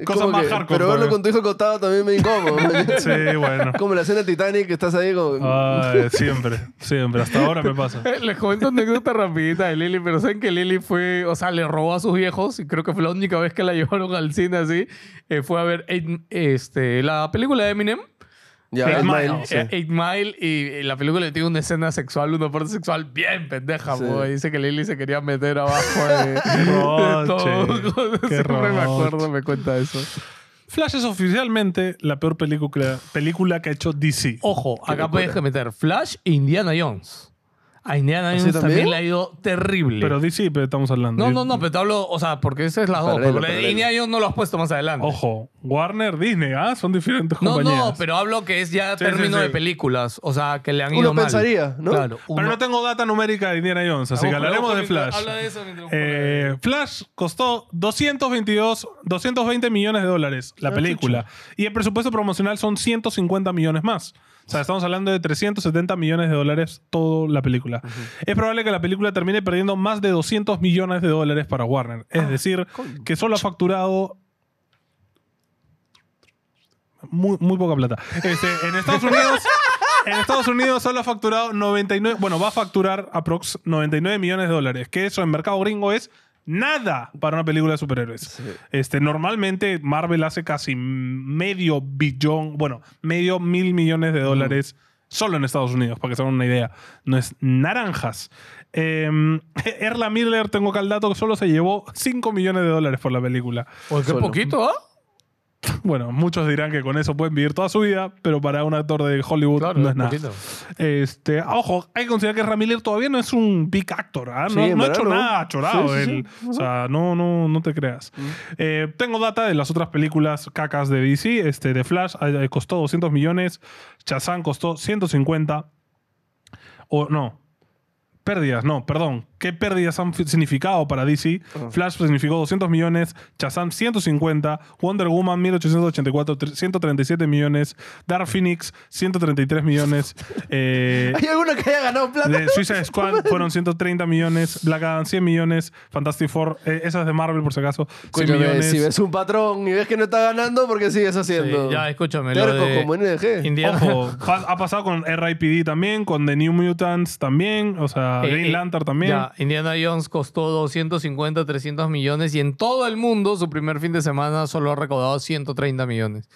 S1: Cosa
S2: como
S1: más
S2: que-
S1: hardcore
S2: Pero verlo
S1: todavía.
S2: con tu hijo contado también me incómodo. ¿no?
S1: (laughs) Sí, Ah, bueno.
S2: Como la escena de Titanic que estás ahí con...
S1: Ay, siempre, siempre. Hasta ahora me pasa.
S3: Les comento anécdota rapidita de Lili, pero saben que Lili fue, o sea, le robó a sus viejos y creo que fue la única vez que la (laughs) llevaron al cine así. Eh, fue a ver Eight- este, la película de Eminem.
S2: ya,
S1: Eight
S2: es
S1: Mile.
S2: mal, sí.
S3: Eh, Eight Mile y, y la película tiene una escena sexual, una parte sexual bien pendeja,
S2: Sí.
S3: po. Dice que Lily se quería meter abajo
S1: (laughs)
S3: de, de
S1: Roche,
S3: todo.
S1: qué
S3: Siempre me acuerdo,
S1: roche.
S3: me cuenta eso.
S1: Flash es oficialmente la peor película, película que ha hecho DC.
S3: Ojo, acá puedes meter Flash e Indiana Jones. A Indiana
S2: ¿Así
S3: Jones también?
S2: también?
S3: le ha ido terrible.
S1: Pero DC, pero estamos hablando.
S3: no, no, no, pero te hablo, o sea, porque esa es la dos.
S2: Paralelo,
S3: pero la de
S2: paralelo.
S3: Indiana Jones no lo has puesto más adelante.
S1: Ojo, Warner, Disney, ¿ah? Son diferentes
S3: No,
S1: compañías.
S3: no, pero hablo que es ya
S1: Sí,
S3: término
S1: sí, sí.
S3: de películas, o sea, que le han
S2: Uno
S3: ido mal.
S2: pensaría, ¿no?
S3: Claro.
S1: Pero
S3: uno-
S1: no tengo data numérica de Indiana Jones, así
S3: Ah,
S1: que
S3: ojo,
S1: hablaremos
S3: ojo,
S1: de
S3: mientras-
S1: Flash.
S3: Habla de eso mientras-
S1: Eh, Flash costó 222, 220 millones de dólares la película. Y el presupuesto promocional son 150 millones más. O sea, estamos hablando de 370 millones de dólares toda la película. Es probable que la película termine perdiendo más de 200 millones de dólares para Warner.
S3: Ah,
S1: Es decir, que solo ha facturado... Muy, muy poca plata. Este, en
S3: (laughs)
S1: Estados Unidos... En Estados Unidos solo ha facturado 99, bueno, va a facturar aprox 99 millones de dólares, que eso en mercado gringo es nada para una película de superhéroes. Este, normalmente Marvel hace casi medio billón, bueno, medio mil millones de dólares solo en Estados Unidos, para que se hagan una idea. No es naranjas. Eh, (laughs) Erla Miller, tengo acá el dato, que solo se llevó 5 millones de dólares por la película.
S3: Oye, qué
S2: Solo.
S3: poquito, ¿ah?
S1: Bueno, muchos dirán que con eso pueden vivir toda su vida, pero para un actor de Hollywood
S3: Claro,
S1: no es
S3: un
S1: nada.
S3: poquito.
S1: Este, ojo, hay que considerar que Ramírez todavía no es un big actor, ¿ah?
S2: Sí,
S1: No,
S2: en
S1: no ha
S2: verdad
S1: hecho
S2: no.
S1: nada chorado.
S2: Sí, sí,
S1: él.
S2: sí. Mm.
S1: O sea, no, no, no te creas. Eh, tengo data de las otras películas cacas de DC. Este, de Flash eh, costó 200 millones, Chazán costó 150. O no. Pérdidas, no, perdón. ¿Qué pérdidas han fi- significado para DC?
S2: Ah.
S1: Flash significó 200 millones, Shazam 150, Wonder Woman 1884, tre- 137 millones, Dark Phoenix 133
S2: (laughs)
S1: millones, eh,
S2: ¿Hay alguno que haya ganado plata?
S3: (laughs)
S1: de Suicide Squad fueron 130 millones, Black Adam 100 millones, Fantastic Four, eh, esas de Marvel por si acaso, 100
S2: Escúchame,
S1: millones.
S2: si ves un patrón y ves que no está ganando, ¿por qué sigues haciendo?
S3: Sí, ya, escúchame. Lo
S2: Terco
S3: de
S2: como NG.
S3: Indiana.
S1: Ojo, pa- ha pasado con RIPD también, con The New Mutants también, o sea,
S3: Eh,
S1: Green
S3: eh,
S1: Lantern también.
S3: Ya, Indiana Jones costó 250, 300 millones y en todo el mundo su primer fin de semana solo ha recaudado 130 millones.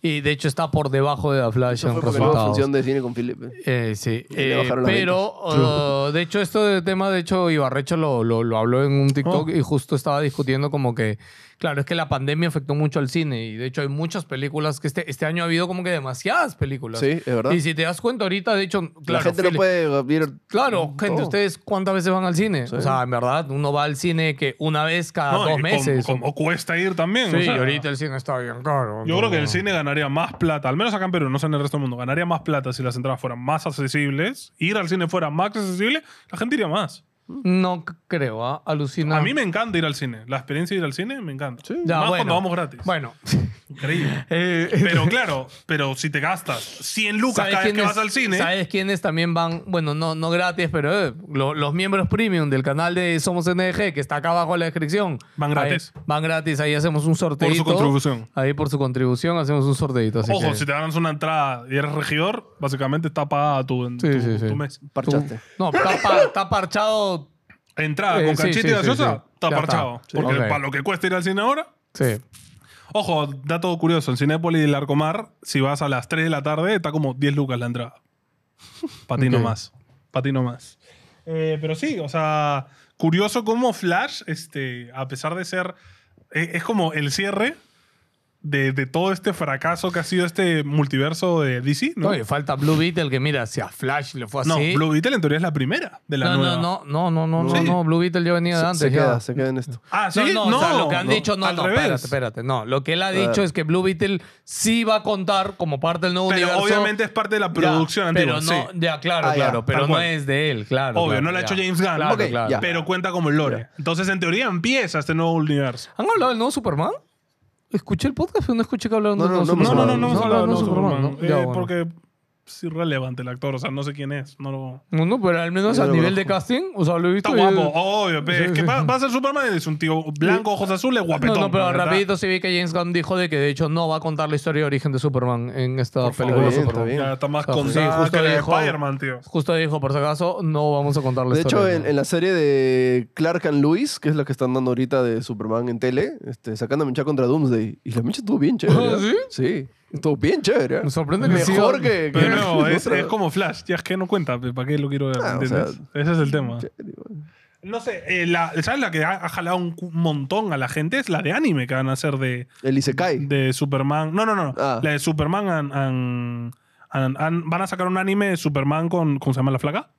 S3: Y de hecho está por debajo de la Flash
S2: Eso
S3: en
S2: fue porque no hubo
S3: resultados.
S2: función de cine con Felipe.
S3: Eh, sí,
S2: Y le
S3: eh,
S2: bajaron las
S3: pero uh, de hecho esto de tema, de hecho Ibarrecho lo, lo, lo habló en un TikTok
S1: Oh.
S3: y justo estaba discutiendo como que, claro, es que la pandemia afectó mucho al cine y de hecho hay muchas películas que este, este año ha habido como que demasiadas películas.
S2: Sí, es verdad.
S3: Y si te das cuenta ahorita, de hecho, claro,
S2: la gente
S3: Philip-
S2: no puede ver...
S3: Claro, gente,
S2: todo.
S3: ¿ustedes cuántas veces van al cine? O sea, en verdad, uno va al cine que una vez cada
S1: No, y
S3: dos
S1: com-
S3: meses.
S1: como cuesta ir también.
S3: sí,
S1: o sea,
S3: y ahorita el cine está bien caro.
S1: Yo creo que el
S3: entonces-
S1: cine ganaría más plata, al menos acá en Perú, no sé en el resto del mundo, ganaría más plata si las entradas fueran más accesibles, ir al cine fuera más accesible, la gente iría más.
S3: No c- creo, ¿ah? alucina.
S1: A mí me encanta ir al cine, la experiencia de ir al cine me encanta.
S3: Ya,
S1: más
S3: bueno.
S1: cuando vamos gratis.
S3: Bueno, (laughs)
S1: Increíble.
S3: eh,
S1: Pero claro, pero si te gastas 100 lucas
S3: ¿sabes
S1: cada vez que
S3: quiénes-
S1: vas al cine,
S3: ¿Sabes quiénes también van? Bueno, no, no gratis, pero eh, lo- los miembros premium del canal de Somos NG, que está acá abajo en la descripción.
S1: Van gratis.
S3: Ahí- van gratis, ahí hacemos un sorteo.
S1: contribución.
S3: Ahí por su contribución hacemos un sorteito. así
S1: ojo,
S3: que-
S1: si te ganas una entrada y eres regidor, básicamente está pagada tu,
S3: Sí,
S1: tu-
S3: sí, sí.
S1: tu mes.
S2: Parchaste.
S3: No, está, pa- está parchado.
S1: Entrada
S3: Eh,
S1: con
S3: sí,
S1: canchita
S3: sí,
S1: y
S3: sí,
S1: gaseosa,
S3: sí.
S1: está
S3: Ya está.
S1: parchado.
S3: Sí.
S1: Porque
S3: Ok.
S1: para lo que cuesta ir al cine ahora,
S3: Sí.
S1: Ojo, dato curioso, en Cinépolis del Arcomar, si vas a las 3 de la tarde, está como 10 lucas la entrada. Patino
S3: Ok.
S1: más. Patino más. Eh, pero sí, o sea, curioso cómo Flash, este, a pesar de ser. e- Es, como el cierre. de, de todo este fracaso que ha sido este multiverso de DC, ¿no?
S3: No, y falta Blue Beetle que mira, si a Flash le fue así.
S1: No, Blue Beetle en teoría es la primera de la
S3: no,
S1: nueva.
S3: no, no, no, no, no, no,
S1: Sí.
S3: no, Blue Beetle yo venía de
S2: Se,
S3: antes.
S2: se
S3: ya.
S2: queda, se queda en esto.
S1: Ah, sí,
S3: no,
S1: no.
S3: no, o sea, lo que han dicho, no,
S1: al
S3: no,
S1: revés.
S3: espérate, espérate. No, lo que él ha
S2: ver.
S3: dicho es que Blue Beetle sí va a contar como parte del nuevo
S1: Pero
S3: universo.
S1: obviamente es parte de la
S3: Ya,
S1: producción antigua.
S3: Pero no,
S1: sí.
S3: ya, claro,
S2: Ah, ya,
S3: claro. pero
S1: tal
S3: no
S1: cual.
S3: es de él, claro.
S1: Obvio,
S3: claro,
S1: no lo ha
S3: ya.
S1: hecho James Gunn.
S3: Claro,
S2: Ok,
S3: claro.
S2: ya.
S1: Pero cuenta como el lore. Entonces, en teoría, empieza este nuevo universo.
S3: ¿Han hablado del nuevo Superman? ¿Escuché el podcast? pero No escuché que hablaron
S2: No,
S3: del
S2: no,
S3: nuevo
S2: no hemos
S1: No,
S3: Superman.
S1: no, no, no hemos hablado de
S3: del
S1: nuevo
S3: nuevo
S1: Superman.
S3: ¿no?
S1: eh,
S3: Ya, bueno.
S1: Porque es irrelevante el actor. O sea, no sé quién es. No lo...
S3: No, no, pero al menos
S2: Yo
S3: a
S2: lo
S3: nivel de
S2: conozco.
S3: casting, o sea, lo he visto.
S1: Está
S3: y-
S1: guapo, oh, obvio. pe,
S3: Sí,
S1: es que
S3: sí.
S1: va, va a ser Superman. Es un tío blanco, ojos azules,
S3: No,
S1: guapetón.
S3: no, pero
S1: ¿verdad?
S3: rapidito sí vi que James Gunn dijo de que de hecho no va a contar la historia de origen de Superman en esta
S1: Por favor.
S3: película de
S2: Está bien,
S3: Superman.
S2: está bien.
S1: Ya está más
S3: Ah, Sí,
S1: contada
S3: justo
S1: que la de
S3: dijo-
S1: Spider-Man, tío.
S3: Justo dijo, por si acaso, no vamos a contar la
S2: De
S3: historia.
S2: hecho, en,
S3: ¿no?
S2: en la serie de Clark and Lewis, que es la que están dando ahorita de Superman en tele, este, sacan a Mincha contra Doomsday. Y la Mincha estuvo bien chévere.
S3: Ah,
S2: ¿eh? Sí, estuvo bien chévere. ¿eh?
S3: Me sorprende que
S2: Mejor
S3: siga-
S2: que, que- (laughs)
S1: Pero no,
S2: que
S1: es,
S2: otra.
S1: es como Flash, ya es que no cuenta, pe, ¿para qué lo quiero ver?
S2: Ah, o
S1: ¿Entiendes? Ese es el tema.
S2: Chévere, igual.
S1: No sé, eh, la, ¿sabes la que ha, ha jalado un cu- montón a la gente? Es la de anime que van a hacer de,
S2: El Isekai.
S1: de Superman. No, no, no.
S2: Ah.
S1: La de Superman an- an- an- an- van a sacar un anime de Superman con. ¿Cómo se llama la flaca?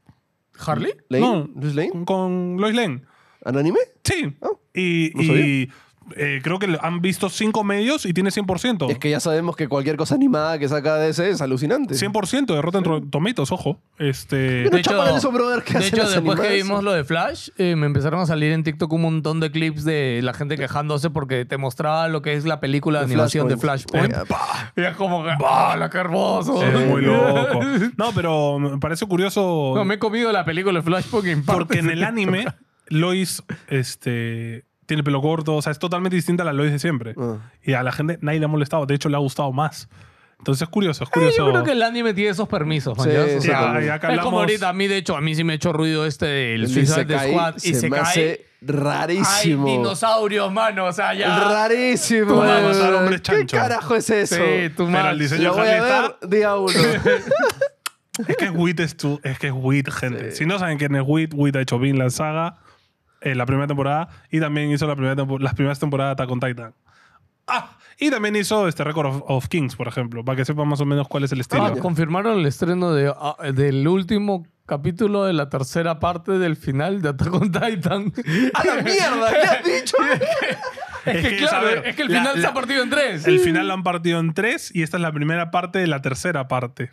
S3: ¿Harley?
S2: ¿Lane?
S1: No.
S2: ¿Luis Lane?
S1: Con, con Lois Lane.
S2: ¿An anime?
S1: Sí.
S2: Oh,
S1: y
S2: no sabía.
S1: y, eh, creo que lo- han visto cinco medios y tiene 100%.
S2: Es que ya sabemos que cualquier cosa animada que saca DC es alucinante.
S1: 100% de Rotten Ro- Tomatoes, ojo. Este. (laughs)
S2: Pero chapan eso, brother, que
S3: de
S2: hacen
S3: hecho,
S2: las
S3: después que
S2: animadas.
S3: vimos lo de Flash, eh, me empezaron a salir en TikTok un montón de clips de la gente quejándose porque te mostraba lo que es la película de,
S2: De
S3: animación
S2: Flashpoint.
S3: de Flashpoint.
S2: Ya, pa.
S3: Y es
S2: (laughs)
S3: como que, ¡ah, la que hermoso!
S1: Es muy loco. No, pero me parece curioso.
S3: (laughs) No, me he comido la película de Flashpoint en partes.
S1: Porque en
S3: (laughs)
S1: el (laughs) anime, Lois este, tiene el pelo corto, o sea, es totalmente distinta a la Lois de siempre.
S2: Ah.
S1: Y a la gente nadie le ha molestado, de hecho le ha gustado más. Entonces es curioso, es
S3: Eh,
S1: curioso.
S3: Yo creo que el anime tiene esos permisos, man,
S2: Sí,
S3: ya, o
S2: sí,
S3: sea,
S1: Ya,
S2: también.
S1: ya que
S3: Es como
S1: hablamos-
S3: ahorita, a mí, de hecho, a mí sí me ha hecho ruido este del
S2: El
S3: Suicide
S2: Isekai
S3: Squad y
S2: se,
S3: se,
S2: me
S3: cae.
S2: hace
S3: Hay
S2: rarísimo.
S3: dinosaurios, mano, o sea, ya.
S2: Rarísimo.
S1: Tú vas a matar a hombres
S2: ¿Qué
S1: chancho.
S2: carajo es eso?
S3: Sí,
S1: Pero
S3: tú
S1: el
S3: mal.
S1: diseño
S2: Lo
S1: de
S2: voy
S1: Harley
S2: a ver
S1: está.
S2: día uno.
S1: (laughs) Es que es Wit, es, tu- es que es Wit, gente. Si no saben quién es Wit, Wit ha hecho Vinland Saga en la primera temporada y también hizo la primera tempo- las primeras temporadas de Attack on Titan. Ah, y también hizo este Record of, of Kings, por ejemplo, para que sepan más o menos cuál es el estilo.
S3: Ah, confirmaron el estreno de, ah, del último capítulo de la tercera parte del final de Attack on (laughs) Titan.
S2: ¡A la mierda! ¿Qué has dicho?
S3: es que,
S1: que,
S3: claro,
S1: ¿sabes?
S3: es que el
S1: La-
S3: final se
S1: la-
S3: ha partido en tres.
S1: El final lo han partido en tres y esta es la primera parte de la tercera parte.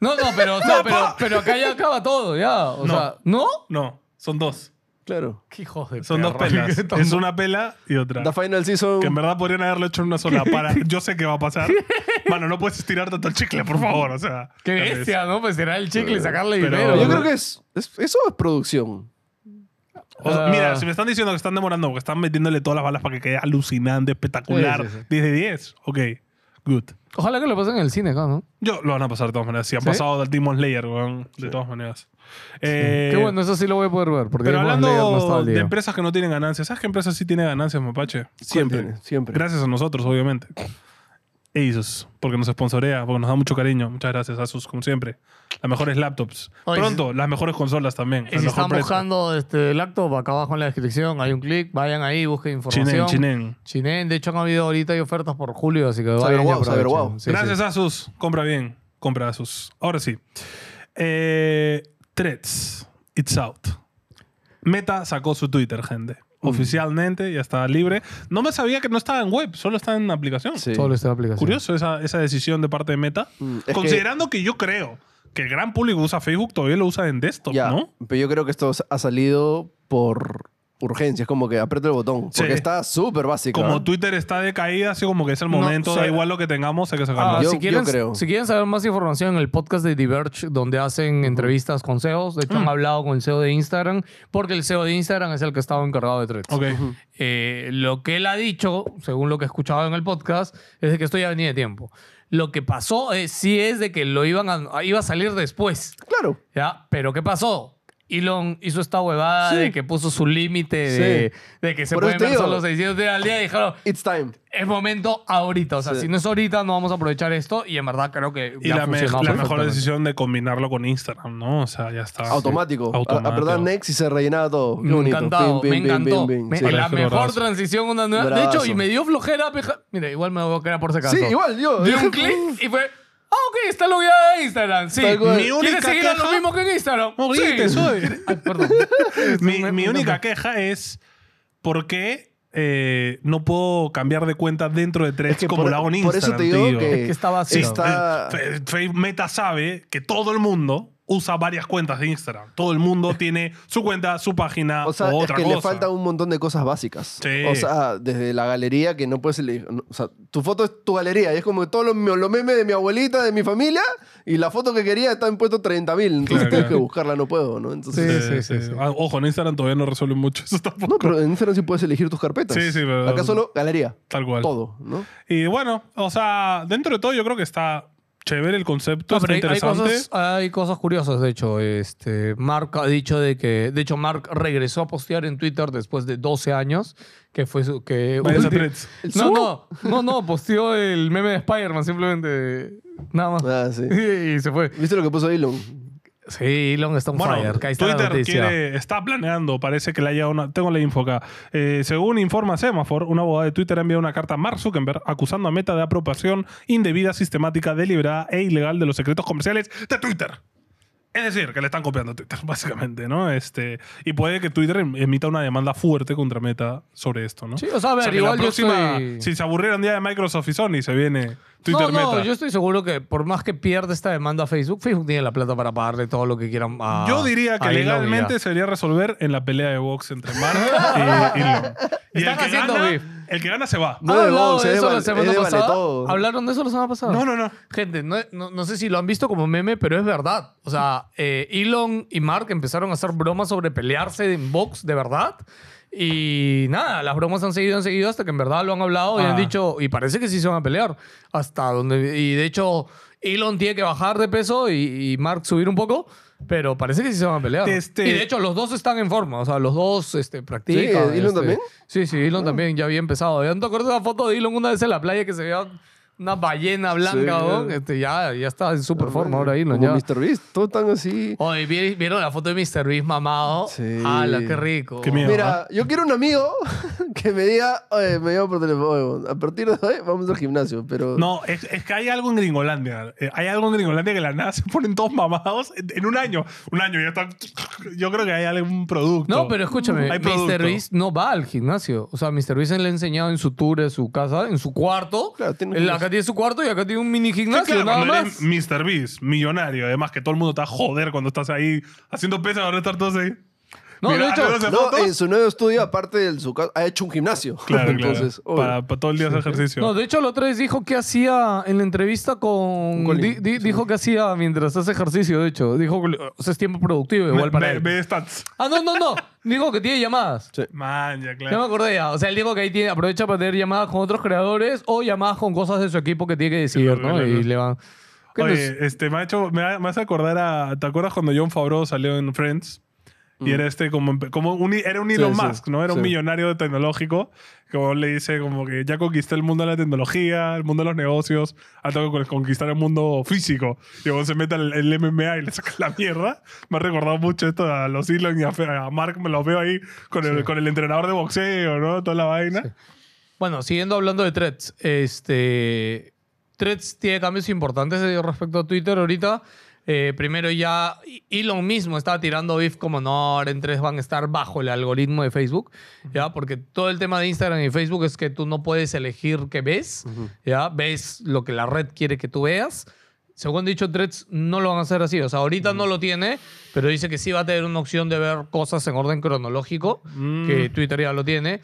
S3: No, (laughs) no, pero, o sea, pero, pero acá ya acaba todo, ya. O
S1: No.
S3: sea, ¿no?
S1: No, son dos.
S2: Claro.
S3: Qué hijos de
S1: Son dos
S3: perra, (laughs)
S1: pelas.
S3: qué
S1: Es
S3: tonto.
S1: una pela y otra.
S2: The Final Season.
S1: Que en verdad podrían haberlo hecho en una sola.
S3: (laughs)
S1: Para, yo sé que va a pasar. Mano, no puedes estirar tanto el chicle, por favor. O sea.
S3: Qué
S1: ya ves.
S3: bestia, ¿no? Pues será el chicle y sacarle
S1: Pero-
S3: dinero.
S2: Yo
S3: ¿no?
S2: creo que es, es- Eso es producción.
S1: O sea,
S3: Ah.
S1: Mira, si me están diciendo que están demorando, que están metiéndole todas las balas para que quede alucinante, espectacular.
S3: Sí, sí, sí.
S1: 10 de 10. Ok, good.
S3: Ojalá que lo pasen en el cine acá, ¿no?
S1: Yo lo van a pasar de todas maneras. Si han
S3: ¿Sí?
S1: pasado del Demon Slayer, weón. De todas maneras. Eh,
S3: Qué bueno, eso sí lo voy a poder ver. Porque
S1: Pero
S3: Demon Slayer no está
S1: hablando
S3: al día.
S1: de empresas que no tienen ganancias, ¿sabes qué empresas sí tienen ganancias, Mapache? Siempre.
S2: tiene? Siempre.
S1: Gracias a nosotros, obviamente. Asus, porque nos sponsorea, porque nos da mucho cariño. Muchas gracias, Asus, como siempre. Las mejores laptops.
S3: Oye,
S1: Pronto, las mejores consolas también.
S3: Y
S1: al
S3: si
S1: mejor
S3: están
S1: precio.
S3: buscando este, el acto, acá abajo en la descripción hay un clic, vayan ahí, busquen
S1: Chinen,
S3: información.
S1: chinen.
S3: Chinen, E, de hecho han habido ahorita hay ofertas por julio, así que vayan
S2: Cyberwow,
S3: y aprovechen.
S2: Cyberwow.
S3: Sí,
S1: Gracias,
S3: sí.
S1: Asus. Compra bien. Compra Asus. Ahora sí. Eh, threads. It's out. Meta sacó su Twitter, gente. Oficialmente ya está libre. No me sabía que no estaba en web, solo está en aplicación.
S2: Sí.
S3: Solo esta aplicación.
S1: Curioso esa, esa decisión de parte de Meta.
S2: Mm, es que-
S1: Considerando que... yo creo que el gran público usa Facebook, todavía lo usa en desktop,
S2: Ya,
S1: ¿no?
S2: Pero yo creo que esto ha salido por urgencia. Es como que aprieto el botón.
S1: Sí.
S2: Porque está súper básico.
S1: Como
S2: ¿eh?
S1: Twitter está de caída, así como que es el
S3: No,
S1: momento,
S3: o sea-
S1: da igual lo que tengamos, hay que sacarlo.
S3: Ah,
S2: Yo-
S3: si,
S2: yo
S3: quieren,
S2: creo.
S3: si quieren saber más información en el podcast de Diverge, donde hacen entrevistas con CEOs, de hecho
S2: Mm.
S3: han hablado con el CEO de Instagram, porque el CEO de Instagram es el que estaba encargado de Threads.
S1: Ok.
S3: Eh, lo que él ha dicho, según lo que he escuchado en el podcast, es de que esto ya venía de tiempo. Lo que eh, pasó es, sí es de que lo iban a- iba a salir después.
S2: Claro.
S3: ¿Ya? Pero ¿qué pasó? Elon hizo esta huevada
S2: Sí.
S3: de que puso su límite de, de que se
S2: Por eso
S3: pueden
S2: te
S3: ver
S2: digo.
S3: solo 600 días al día y dijeron,
S2: It's time.
S3: es momento ahorita. O sea,
S2: Sí.
S3: si no es ahorita, no vamos a aprovechar esto. Y en verdad creo que
S1: Y
S3: ya
S1: la, me-
S3: funcionó
S1: la mejor
S3: perfectamente.
S1: decisión de combinarlo con Instagram, ¿no? O sea, ya está.
S2: Automático. Ah,
S1: Sí.
S2: A- Apretaba next y se rellenaba todo. Qué
S3: Me
S2: bonito.
S3: encantado,
S2: Pim, pim,
S3: me
S2: pim,
S3: encantó.
S2: pim, pim.
S3: Me-
S2: Sí.
S3: la
S1: Brazo,
S3: mejor
S1: brazo.
S3: transición, una nueva. De
S2: Bravazo.
S3: hecho, y me dio flojera. peja- Mira, igual me voy a quedar por si acaso.
S2: Sí, igual yo.
S3: Di
S2: (laughs)
S3: un clic y fue. Ah, ok, está logueada de Instagram. Sí.
S2: Tal cual. Mi
S1: única
S3: ¿Quieres seguir a lo
S1: queja-
S3: mismo que en Instagram?
S1: Moriste,
S3: sí.
S1: soy.
S3: (laughs) Ay, perdón.
S1: mi,
S3: Me-
S1: mi
S3: me-
S1: única queja es por qué eh, no puedo cambiar de cuenta dentro de Threads
S2: Es que
S1: como
S2: por-
S1: lo hago en
S2: por eso
S1: Instagram,
S2: te digo
S1: tío.
S2: que-
S3: Es que está
S1: Sí,
S3: vacío.
S2: está-
S1: el- Fe- Fe- Meta sabe que todo el mundo usa varias cuentas de Instagram. Todo el
S3: (laughs)
S1: mundo tiene su cuenta, su página o,
S2: O sea, es
S1: otra
S2: que
S1: cosa.
S2: le faltan un montón de cosas básicas.
S1: Sí.
S2: O sea, desde la galería que no puedes elegir. no, O sea, tu foto es tu galería. Y es como que todos los, los memes de mi abuelita, de mi familia, y la foto que quería está en puesto 30.000.
S1: Claro,
S2: Entonces tienes
S1: claro.
S2: que buscarla, no puedo, ¿no? Entonces,
S3: Sí, sí, sí, sí.
S1: Ah, Ojo, en Instagram todavía no resuelven mucho (laughs) eso
S2: No,
S1: tampoco.
S2: pero en Instagram sí puedes elegir tus carpetas.
S1: Sí, sí, pero-
S2: Acá solo galería.
S1: Tal cual.
S2: Todo, ¿no?
S1: Y bueno, o sea, dentro de todo yo creo que está chévere el concepto,
S3: No,
S1: está
S3: pero hay- hay,
S1: interesante.
S3: cosas, hay cosas curiosas, de hecho. Este, Mark ha dicho de que. De hecho, Mark regresó a postear en Twitter después de 12 años. Que fue su. Que,
S1: Vayas a
S3: ulti- (laughs)
S1: Threads.
S3: No,
S2: subo?
S3: no, no, no, posteó el meme de Spider-Man, simplemente. Nada más.
S2: Ah, sí.
S3: (laughs) Y se fue.
S2: ¿Viste lo que puso Elon?
S3: Sí, Elon está on
S1: Bueno,
S3: fire. que ahí está la
S1: Twitter
S3: noticia.
S1: quiere, está planeando, parece que le haya una... Tengo la info acá. Eh, según informa Semaphore, una abogada de Twitter ha enviado una carta a Mark Zuckerberg acusando a Meta de apropiación indebida, sistemática, deliberada e ilegal de los secretos comerciales de Twitter. Es decir, que le están copiando a Twitter, (laughs) básicamente, ¿no? Este, y puede que Twitter em- emita una demanda fuerte contra Meta sobre esto, ¿no?
S3: Sí, o sea, a ver,
S1: que
S3: igual
S1: la
S3: yo
S1: próxima,
S3: estoy-
S1: Si se aburrieron día de Microsoft y Sony, se viene Twitter
S3: no, no,
S1: Meta.
S3: yo estoy seguro que por más que pierda esta demanda a Facebook, Facebook tiene la plata para pagarle todo lo que quieran a
S1: Yo diría que
S3: a Elon y a-
S1: legalmente se debería resolver en la pelea de box entre
S3: (laughs)
S1: Mark y Elon. Y el
S3: Están
S1: que,
S3: haciendo
S1: gana,
S3: beef.
S1: el que gana se va.
S2: No,
S3: ¿Han
S2: de
S3: hablado
S2: Vox, es
S3: de Ah,
S2: de
S3: eso la
S2: Vale-
S3: semana
S2: es de Vale
S3: pasada?
S2: Todo.
S3: ¿Hablaron de eso la semana pasada?
S1: No, no, no.
S3: Gente, no, no- no sé si lo han visto como meme, pero es verdad. O sea, eh, Elon y Mark empezaron a hacer bromas sobre pelearse en box de verdad. Y nada, las bromas han seguido, han seguido hasta que en verdad lo han hablado y
S1: Ah.
S3: han dicho, y parece que sí se van a pelear. Hasta donde. Y de hecho, Elon tiene que bajar de peso y, y Mark subir un poco, pero parece que sí se van a pelear.
S1: Este-
S3: Y de hecho, los dos están en forma. O sea, los dos este, practican.
S2: Sí, ¿Elon
S3: este-
S2: también?
S3: Sí, sí,
S2: Ah.
S3: Elon también ya había empezado. ¿Ya no te acuerdas de la foto de Elon una vez en la playa que se veía una ballena
S2: Sí,
S3: blanca,
S2: claro.
S3: ¿no? Este, ya, ya está en super forma ahora Elon.
S2: Como
S3: Ya.
S2: Mr. Beast. Todos están así.
S3: Oye, ¿vi- ¿vieron la foto de Mr. Beast mamado?
S2: Sí.
S3: ¡Hala, qué rico!
S1: Qué miedo.
S2: Mira, yo quiero un amigo (laughs) que me diga, oye, me llama por teléfono, oye, a partir de hoy vamos al gimnasio, pero...
S1: No, es, es que hay algo en Gringolandia. Eh, hay algo en Gringolandia que la nada se ponen todos mamados en, en un año. Un año ya están. Yo creo que hay algún producto.
S3: No, pero escúchame,
S1: Hay
S3: Mr.
S1: producto.
S3: Beast no va al gimnasio. O sea, Mr. Beast le ha enseñado en su tour, en su casa, en su cuarto.
S2: Claro, tiene
S3: Él
S2: un-
S3: acá tiene su cuarto y acá tiene un mini
S1: Sí,
S3: gimnasio,
S1: claro,
S3: nada
S1: cuando
S3: más.
S1: eres Mr. Beast, millonario. Además, que todo el mundo está a joder cuando estás ahí haciendo pesas, ahora estar todos ahí.
S3: No, de hecho-
S1: mirándose
S2: No,
S1: fotos.
S2: en su nuevo estudio, aparte de su casa, ha hecho un gimnasio.
S1: Claro, claro.
S2: Entonces, oye,
S1: para, para todo el día hacer ejercicio.
S3: No, de hecho, la otra vez dijo que hacía en la entrevista con.
S2: Colin,
S3: di- di- Dijo que hacía mientras hace ejercicio, de hecho. Dijo que o sea, es tiempo productivo,
S1: Ve-
S3: igual para
S1: ve,
S3: él.
S1: ve stats.
S3: Ah, no,
S1: (laughs)
S3: no, no. Dijo que tiene llamadas.
S1: Man, ya,
S3: Ya me
S1: claro.
S3: acordé ya. O sea, él dijo que ahí tiene, aprovecha para tener llamadas con otros creadores o llamadas con cosas de su equipo que tiene que decidir,
S1: Claro,
S3: ¿no?
S1: claro,
S3: Y
S1: claro.
S3: le van. ¿Qué nos-
S1: Oye, este, me ha hecho, me, ha- me hace acordar a, ¿te acuerdas cuando John Favreau salió en Friends? Y era este como, como un, era un Elon
S2: Mm. Sí, sí,
S1: Musk, ¿no? Era un
S2: sí.
S1: millonario tecnológico, como le dice como que ya conquisté el mundo de la tecnología, el mundo de los negocios, ha tengo que conquistar el mundo físico. Y luego se mete el, el MMA y le saca la mierda. Me ha recordado mucho esto a los Elon y a, Fe- a Mark, me los veo ahí con el, con el entrenador de boxeo, ¿no? Toda la vaina.
S3: Bueno, siguiendo hablando de threads, este. Threads tiene cambios importantes eh, respecto a Twitter ahorita. Eh, primero ya Elon mismo estaba tirando beef como no, ahora en threads van a estar bajo el algoritmo de Facebook, ¿ya? Porque todo el tema de Instagram y Facebook es que tú no puedes elegir qué ves, ¿ya? Ves lo que la red quiere que tú veas. Según dicho, Threads no lo van a hacer así. O sea, ahorita
S1: Mm.
S3: no lo tiene, pero dice que sí va a tener una opción de ver cosas en orden cronológico,
S1: Mm.
S3: que Twitter ya lo tiene.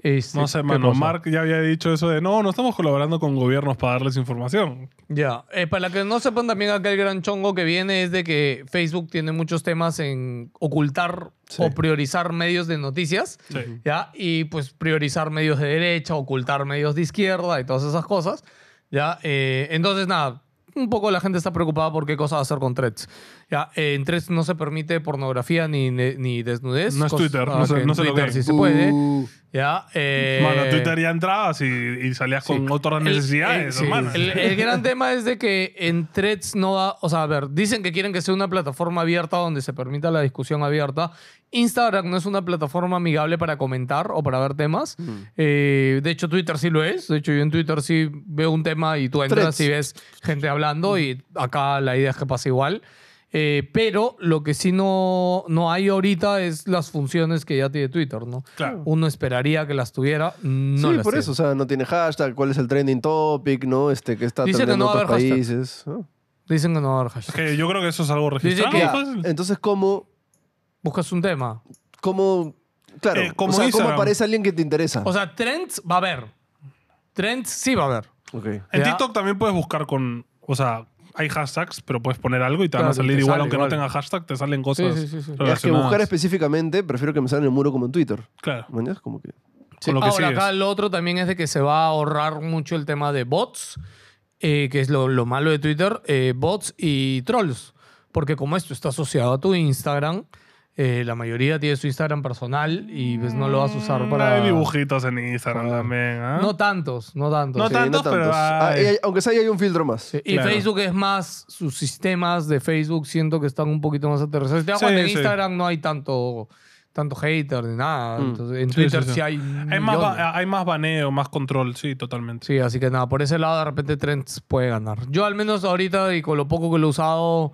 S3: Este,
S1: No sé,
S3: ¿qué
S1: mano.
S3: cosa?
S1: Mark ya había dicho eso de no, no estamos colaborando con gobiernos para darles información.
S3: Ya, eh, para que no sepan también acá el gran chongo que viene es de que Facebook tiene muchos temas en ocultar
S2: Sí.
S3: o priorizar medios de noticias,
S1: Sí.
S3: ¿ya? Y pues priorizar medios de derecha, ocultar medios de izquierda y todas esas cosas, ¿ya? Eh, entonces, nada, un poco la gente está preocupada por qué cosa va a hacer con threads. Ya, eh, en threads no se permite pornografía ni, ni, ni desnudez.
S1: No es
S3: Cos-
S1: Twitter, no
S3: ah,
S1: se-
S3: que en
S1: no se lo
S3: Twitter
S1: ve.
S3: sí se puede.
S2: Uh,
S3: Ya, eh,
S1: Mano, Twitter ya entrabas y, y salías
S3: sí.
S1: con otras
S3: El- el-
S1: necesidades,
S3: Eh, sí.
S1: hermano.
S3: El, el gran tema es de que en Threads no va, o sea, a ver, dicen que quieren que sea una plataforma abierta donde se permita la discusión abierta. Instagram no es una plataforma amigable para comentar o para ver temas.
S2: Mm.
S3: Eh, de hecho, Twitter sí lo es. De hecho, yo en Twitter sí veo un tema y tú entras
S2: Threads.
S3: y ves gente hablando y acá la idea es que pasa igual. Eh, pero lo que sí no, no hay ahorita es las funciones que ya tiene Twitter, ¿no?
S1: Claro.
S3: Uno esperaría que las tuviera, no
S2: sí,
S3: las
S2: por
S3: tiene.
S2: eso. O sea, no tiene hashtag, cuál es el trending topic, ¿no? Este, que está
S3: Dice que
S2: trending
S3: no
S2: en
S3: va a
S2: otros
S3: haber hashtag.
S2: países. ¿no?
S3: Dicen que no va a haber hashtag.
S1: Que yo creo que eso es algo
S3: Dice
S1: registrado.
S3: que-
S2: Ya,
S1: fácil.
S2: entonces, ¿cómo,
S3: Buscas un tema.
S2: cómo, claro,
S1: Eh, como
S2: o sea, ¿cómo
S1: Instagram.
S2: aparece alguien que te interesa?
S3: O sea, trends va a haber. Trends sí va a haber.
S2: Ok.
S1: En
S3: Ya.
S1: TikTok también puedes buscar con. O sea, hay hashtags, pero puedes poner algo y te van
S3: Claro,
S1: a salir
S3: te
S1: igual,
S3: sale
S1: aunque
S3: igual.
S1: no tenga hashtag, te salen cosas.
S3: Sí, sí, sí, sí.
S2: Es que buscar
S1: relacionadas.
S2: específicamente, prefiero que me salga en el muro como en Twitter.
S1: Claro.
S2: ¿Mañas? Como que...
S1: Con lo que
S3: Ahora,
S1: sigues.
S3: acá lo otro también es de que se va a ahorrar mucho el tema de bots, eh, que es lo, lo malo de Twitter, eh, bots y trolls. Porque como esto está asociado a tu Instagram, eh, la mayoría tiene su Instagram personal y pues, no lo vas a usar para...
S1: Mm, Hay dibujitos en Instagram
S3: Joder.
S1: también. ¿ah?
S3: No tantos, no tantos.
S1: No
S3: Sí.
S1: tan- tantos, pero
S2: Ah,
S1: hay-
S2: y hay- aunque sea, ahí hay un filtro más.
S3: Sí, Y
S1: Claro.
S3: Facebook es más, sus sistemas de Facebook siento que están un poquito más aterrizados. Ya
S1: Sí,
S3: cuando en
S1: sí.
S3: Instagram no hay tanto, tanto hater ni nada. Entonces, en
S1: Mm. Sí,
S3: Twitter sí,
S1: sí, sí.
S3: hay.
S1: Hay más,
S3: millones.
S1: ba- hay más baneo, más control, sí, totalmente.
S3: Sí, así que nada, por ese lado de repente Trends puede ganar. Yo al menos ahorita y con lo poco que lo he usado,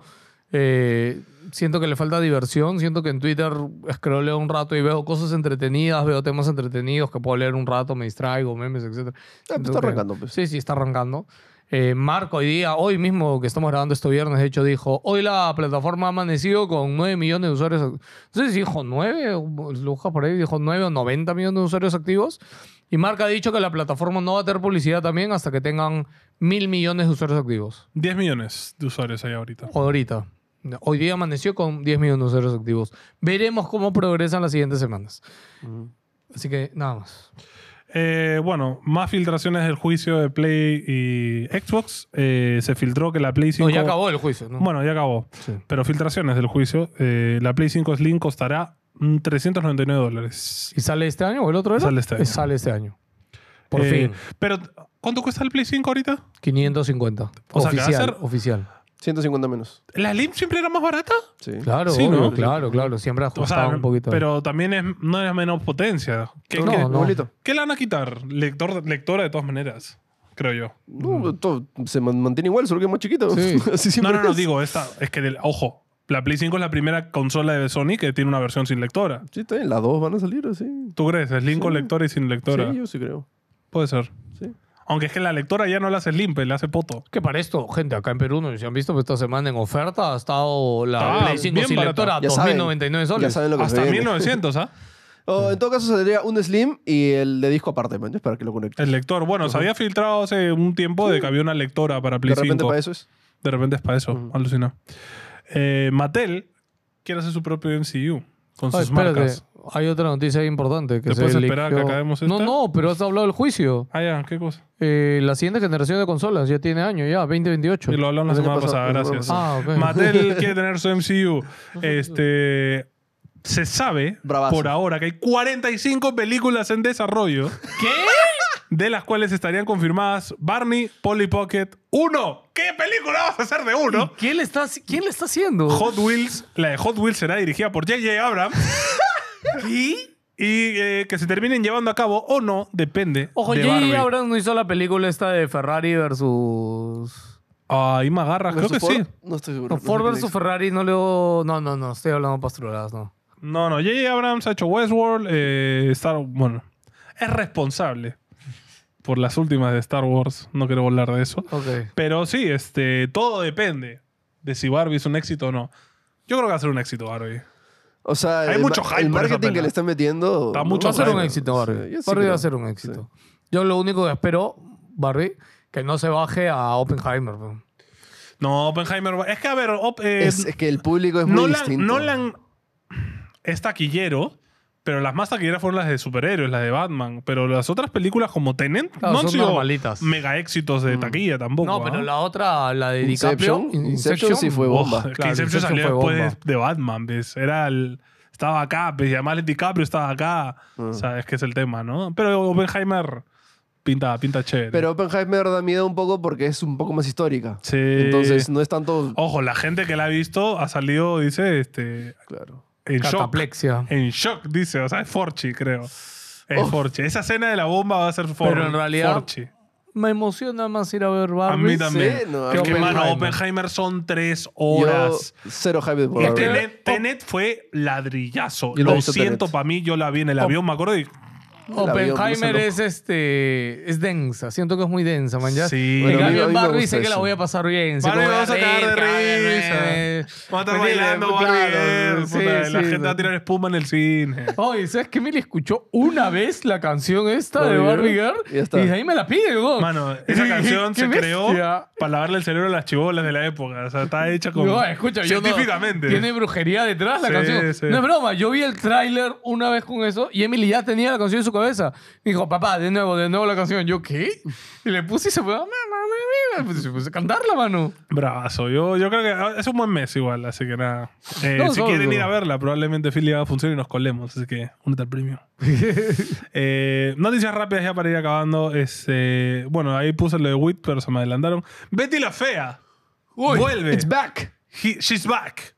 S3: eh, siento que le falta diversión. Siento que en Twitter escroleo un rato y veo cosas entretenidas, veo temas entretenidos que puedo leer un rato, me distraigo, memes, etc.
S2: Ah, pues está arrancando, pues.
S3: Sí, sí, está arrancando. Eh, Marco hoy día, hoy mismo que estamos grabando este viernes, de hecho dijo, hoy la plataforma ha amanecido con 9 millones de usuarios. act-". No sé si dijo 9, o- lo busca por ahí, dijo 9 o 90 millones de usuarios activos. Y Marca ha dicho que la plataforma no va a tener publicidad también hasta que tengan mil millones de usuarios activos.
S1: 10 millones de usuarios hay ahorita.
S3: Ahorita. Hoy día amaneció con 10 millones de usuarios activos. Veremos cómo progresan las siguientes semanas. Así que nada más.
S1: Eh, bueno, más filtraciones del juicio de Play y Xbox. Eh, se filtró que la Play 5.
S3: No, ya acabó el juicio, ¿no?
S1: Bueno, ya acabó.
S3: Sí.
S1: Pero filtraciones del juicio. Eh, la Play 5 Slim costará mm, 399 dólares.
S3: ¿Y sale este año o el otro era?
S1: Sale este año.
S3: Sale este año. Por
S1: Eh,
S3: fin.
S1: Pero, ¿cuánto cuesta el Play 5 ahorita?
S3: 550.
S1: O sea, que va a
S3: oficial,
S1: ser-
S3: oficial.
S2: 150 menos.
S1: ¿La Slim siempre era más barata?
S2: Sí.
S3: Claro,
S1: Sí,
S3: obvio,
S1: ¿no?
S3: claro, claro. Siempre ha
S1: O
S3: ajustado
S1: sea,
S3: un poquito. eh.
S1: pero también es, no es menos potencia. ¿Qué,
S3: No,
S1: qué-
S3: no.
S2: Igualito.
S1: qué le van a quitar? Lector, lectora de todas maneras, creo yo.
S2: No, todo se man- mantiene igual, solo que es más chiquito.
S3: Sí.
S1: Mm.
S2: (laughs) Así
S1: No,
S2: siempre
S1: no, no,
S2: es.
S1: digo, esta, es que, el- ojo, la Play 5 es la primera consola de Sony que tiene una versión sin lectora.
S2: Sí, está bien, las dos van a salir así.
S1: ¿Tú crees? Slim con lectora y sin lectora.
S2: Sí, yo sí creo.
S1: Puede ser.
S2: Sí.
S1: Aunque es que la lectora ya no la hace limpe, la hace poto.
S3: Que para esto, gente, acá en Perú, no sé si han visto, pero esta semana en oferta ha estado la
S1: Ah,
S3: Play 5
S1: bien
S3: sin
S1: barata.
S3: lectora a
S2: Ya saben,
S3: 2.099
S2: Ya
S3: soles.
S2: saben lo que se
S1: Hasta
S2: viene.
S1: 1900, ¿ah?
S2: O, en todo caso saldría un Slim y el de disco aparte, man, para que lo conecte.
S1: El lector. Bueno, se había filtrado hace un tiempo de que había una lectora para Play
S2: De repente
S1: 5.
S2: para eso Mm. es.
S1: De repente es para eso. Alucina. Eh, Mattel quiere hacer su propio MCU con sus
S3: Ay, espérate,
S1: marcas.
S3: hay otra noticia ahí importante. Que
S1: ¿Después
S3: se
S1: esperar que
S3: eligió-
S1: acabemos
S3: No,
S1: esta?
S3: no, pero has hablado del juicio.
S1: Ah, ya, qué cosa.
S3: Eh, la siguiente generación de consolas ya tiene año, ya, 2028.
S1: Y lo hablamos la
S2: El año
S1: semana
S2: pasado,
S1: pasada,
S2: el año
S1: gracias.
S3: Ah, ok.
S2: (laughs)
S1: Mattel quiere tener su MCU. Este. Se sabe
S2: Bravazo.
S1: por ahora que hay 45 películas en desarrollo,
S3: ¿Qué?
S1: de las cuales estarían confirmadas Barney, Polly Pocket, uno. ¿Qué película vas a hacer de uno?
S3: ¿Quién le está, quién le está haciendo?
S1: Hot Wheels, la de Hot Wheels será dirigida por J.J. Abrams. ¿Y? Y eh, que se terminen llevando a cabo o no, depende.
S3: Ojo,
S1: de
S3: J.J.
S1: Barbie.
S3: Abrams no hizo la película esta de Ferrari versus...
S1: Ahí me agarras, Ah, creo que
S2: ¿Versus
S1: sí.
S2: Ford? No estoy seguro.
S3: No, Ford
S2: sé qué
S3: versus
S2: dice.
S3: Ferrari no leo... No, no, no, estoy hablando pastruladas, no.
S1: No, no, J.J. Abrams ha hecho Westworld, eh, Star Bueno, es responsable por las últimas de Star Wars. No quiero hablar de eso.
S3: Ok.
S1: Pero sí, este, todo depende de si Barbie es un éxito o no. Yo creo que va a ser un éxito Barbie.
S2: O sea,
S1: Hay
S2: el,
S1: mucho
S2: ma-
S1: hype
S2: el
S1: por esa
S2: marketing
S1: pela.
S2: que le están metiendo.
S1: Está
S2: ¿no?
S1: mucho
S3: Va a ser un
S1: hype.
S3: éxito, Barbie.
S2: Sí, yo sí
S3: Barbie va
S2: creo.
S3: a ser un éxito. Yo lo único que espero, Barbie, que no se baje a Oppenheimer. weón.
S1: No, Oppenheimer. va- Es que, a ver, Op- eh,
S2: Es, es que el público es muy
S1: Nolan,
S2: distinto.
S1: Nolan es taquillero, Pero las más taquilleras fueron las de superhéroes, las de Batman. Pero las otras películas como Tenet
S3: Claro,
S1: no han
S3: son
S1: sido
S3: normalitas.
S1: mega éxitos de taquilla tampoco.
S3: No,
S1: ¿ah?
S3: pero la otra, la de DiCaprio.
S2: Oh, Inception, Inception sí fue
S1: Oh,
S2: bomba.
S1: es que
S3: Claro,
S1: Inception
S3: Inception
S1: salió
S3: fue
S1: después
S3: bomba.
S1: de Batman, ¿ves? Era el... Estaba acá, pues, y además el DiCaprio estaba acá.
S2: Mm.
S1: O sea, es que es el tema, ¿no? Pero Oppenheimer pinta, pinta chévere.
S2: Pero Oppenheimer da miedo un poco porque es un poco más histórica.
S1: Sí.
S2: Entonces no es tanto.
S1: Ojo, la gente que la ha visto ha salido, dice, este,
S2: Claro.
S1: en shock.
S3: Cataplexia.
S1: En shock, dice. O sea, es Forchi, creo. Es Forchi. Esa escena de la bomba va a ser for,
S3: Pero en realidad- ah,
S1: Forchi.
S3: Me emociona más ir a ver
S1: A
S3: Barbie.
S1: mí también.
S2: no,
S1: es que, mano,
S3: Oppenheimer.
S1: Oppenheimer son tres
S2: Yo,
S1: horas.
S2: cero hype por
S1: Y
S2: la
S3: Este-
S2: verdad.
S1: Tenet, Tenet fue ladrillazo.
S2: Yo no he
S1: Lo
S2: visto
S1: siento,
S2: Tenet.
S1: para mí, yo la vi en
S3: Oh.
S1: el avión, me acuerdo. Y,
S2: El avión, no
S3: Oppenheimer
S2: sé,
S3: es este. Es densa. Siento que es muy densa, man. ¿ya?
S1: Sí.
S3: En
S1: Bueno,
S2: a mí-
S3: cambio,
S2: a mí
S3: en
S2: me
S3: Barbie
S2: gusta
S3: sé que la
S2: eso.
S3: voy a pasar bien. sé que
S1: Barbie,
S3: voy
S1: vamos a cagar de
S3: reír,
S1: risa.
S3: cagarme.
S1: Vamos a estar
S3: ¿Me
S1: bailando,
S3: entiendes?
S1: Barbie,
S3: Claro,
S1: eh,
S3: eh. sí,
S1: puta,
S3: sí,
S1: La gente
S3: sí.
S1: va a tirar espuma en el cine.
S3: Oye, ¿sabes qué? Mili escuchó una vez la canción esta de
S2: Barbie
S3: Barbie
S2: Girl.
S3: Girl
S2: Ya está.
S3: y de ahí me la pide, weón.
S1: Mano, esa
S3: Y-
S1: canción
S3: (laughs) qué
S1: se creó
S3: bestia.
S1: para lavarle el cerebro a las chibolas de la época. O sea, está hecha como.
S3: No, escucha, yo no-
S1: científicamente.
S3: tiene brujería detrás la
S1: Sí,
S3: canción.
S1: sí.
S3: No es broma, yo vi el tráiler una vez con eso y Emily ya tenía la canción en su cabeza. Me dijo, papá, de nuevo, de nuevo la canción. Yo, ¿qué? Y le puse y se fue, "Ah, mamá, mamá", pues, se puso a cantarla, mano.
S1: Bravazo. Yo, yo creo que ah, es un buen mes igual, así que nada. Eh,
S3: No,
S1: si
S3: solo-
S1: quieren ir a verla, probablemente Philly haga función y nos colemos. Así que únete al
S3: (laughs)
S1: premio. Eh, noticias rápidas ya para ir acabando. Es, eh, bueno, ahí puse lo de Wit, pero se me adelantaron. Betty la Fea.
S3: Uy,
S1: Vuelve.
S2: It's back.
S1: He- she's back.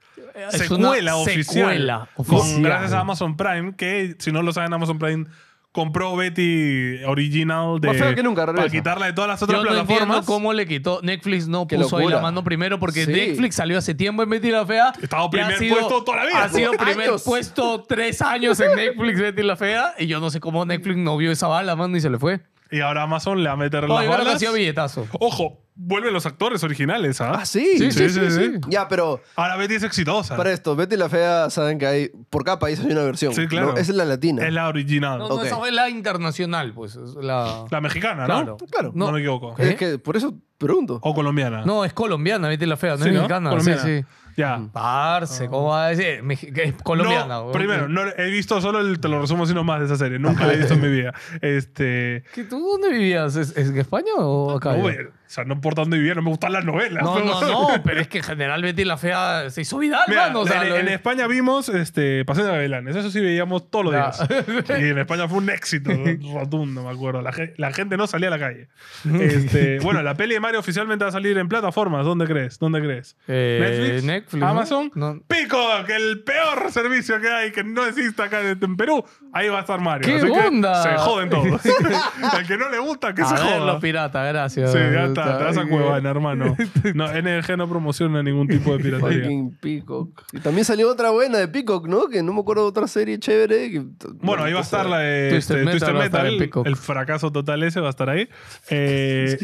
S3: Es
S1: secuela
S3: una
S1: oficial.
S3: secuela
S1: Con-
S3: oficial.
S1: gracias a Amazon Prime, que si no lo saben, Amazon Prime compró Betty Original de,
S2: Más feo que nunca,
S1: para
S2: regresa.
S1: quitarla de todas las otras
S3: Yo no
S1: plataformas.
S3: entiendo cómo le quitó. Netflix no
S2: Qué
S3: puso ahí
S2: locura.
S3: la mano primero porque
S2: Sí.
S3: Netflix salió hace tiempo en Betty la Fea.
S1: Estaba
S3: y
S1: primer
S3: ha sido-
S1: puesto toda la vida.
S3: Ha sido primer
S2: Años.
S3: puesto tres años en Netflix Betty la Fea. Y yo no sé cómo Netflix no vio esa bala, mano, y se le fue.
S1: Y ahora Amazon le va a meter
S3: No,
S1: las
S3: yo creo que ha
S1: balas.
S3: sido billetazo.
S1: Ojo, vuelven los actores originales, ¿ah?
S2: Ah, sí.
S3: Sí, Ah. sí, sí.
S1: sí,
S3: sí,
S1: sí.
S2: Ya, pero
S1: Ahora Betty es exitosa.
S2: para esto, Betty la Fea, saben que hay. Por cada país hay una versión.
S1: Sí, claro.
S2: ¿no? Esa es la latina.
S1: Es la original.
S3: No, no,
S2: Ok.
S3: esa fue la internacional, pues. es La...
S1: La mexicana, ¿no?
S3: Claro.
S2: Claro.
S1: No,
S3: No.
S1: me equivoco.
S3: ¿Eh?
S2: Es que por eso pregunto.
S1: O colombiana.
S3: No, es colombiana, Betty la Fea, no
S1: Sí,
S3: es
S1: ¿no?
S3: mexicana.
S1: Colombiana.
S3: Sí, sí.
S2: Mm.
S1: Ya.
S3: Parce, ¿cómo va a decir? Mex- que Es colombiana.
S1: No,
S3: weón.
S1: primero, no he visto solo el, te lo resumo así nomás de esa serie. Nunca la he visto en mi vida. Este.
S3: ¿Que ¿Tú dónde vivías? ¿Es, es en España o
S2: Ah,
S3: acá?
S1: no, o sea, no importa dónde vivía, no me gustan las novelas.
S3: No,
S1: (laughs)
S3: no, no, pero es que en general Betty la Fea se hizo (laughs) viral,
S1: Mira,
S3: mano. O sea,
S1: en,
S3: lo-
S1: en España vimos este, Paseo de Gavilanes. Eso sí veíamos todos los
S3: Ya.
S1: días.
S3: (laughs)
S1: Y en España fue un éxito rotundo, me acuerdo. La, ge- la gente no salía a la
S3: (laughs)
S1: calle. Este, bueno, la peli de Mario oficialmente va a salir en plataformas. ¿Dónde crees? ¿Dónde crees?
S3: Eh,
S1: Netflix,
S3: Netflix, ¿no?
S1: Amazon,
S3: No.
S1: Peacock, el peor servicio que hay que no existe acá en, en Perú. Ahí va a estar Mario.
S3: ¡Qué
S1: Así que
S3: onda!
S1: se joden
S3: (laughs)
S1: todos. (laughs) Al que no le gusta, que
S3: a
S1: se
S3: ver,
S1: joda.
S3: los pirata, gracias.
S1: Sí, ya está, te vas a
S3: Eh,
S1: Cuevana, hermano. No, NG no promociona ningún tipo de piratería.
S2: Fucking Peacock. Y también salió otra buena de Peacock, ¿no? Que no me acuerdo de otra serie chévere. que-
S1: Bueno, ahí va a estar la de
S3: Twisted
S1: este,
S3: Metal
S1: Twisted
S3: va a estar
S1: Metal,
S3: en Peacock.
S1: el fracaso total ese va a estar ahí.
S2: (laughs)
S1: Eh,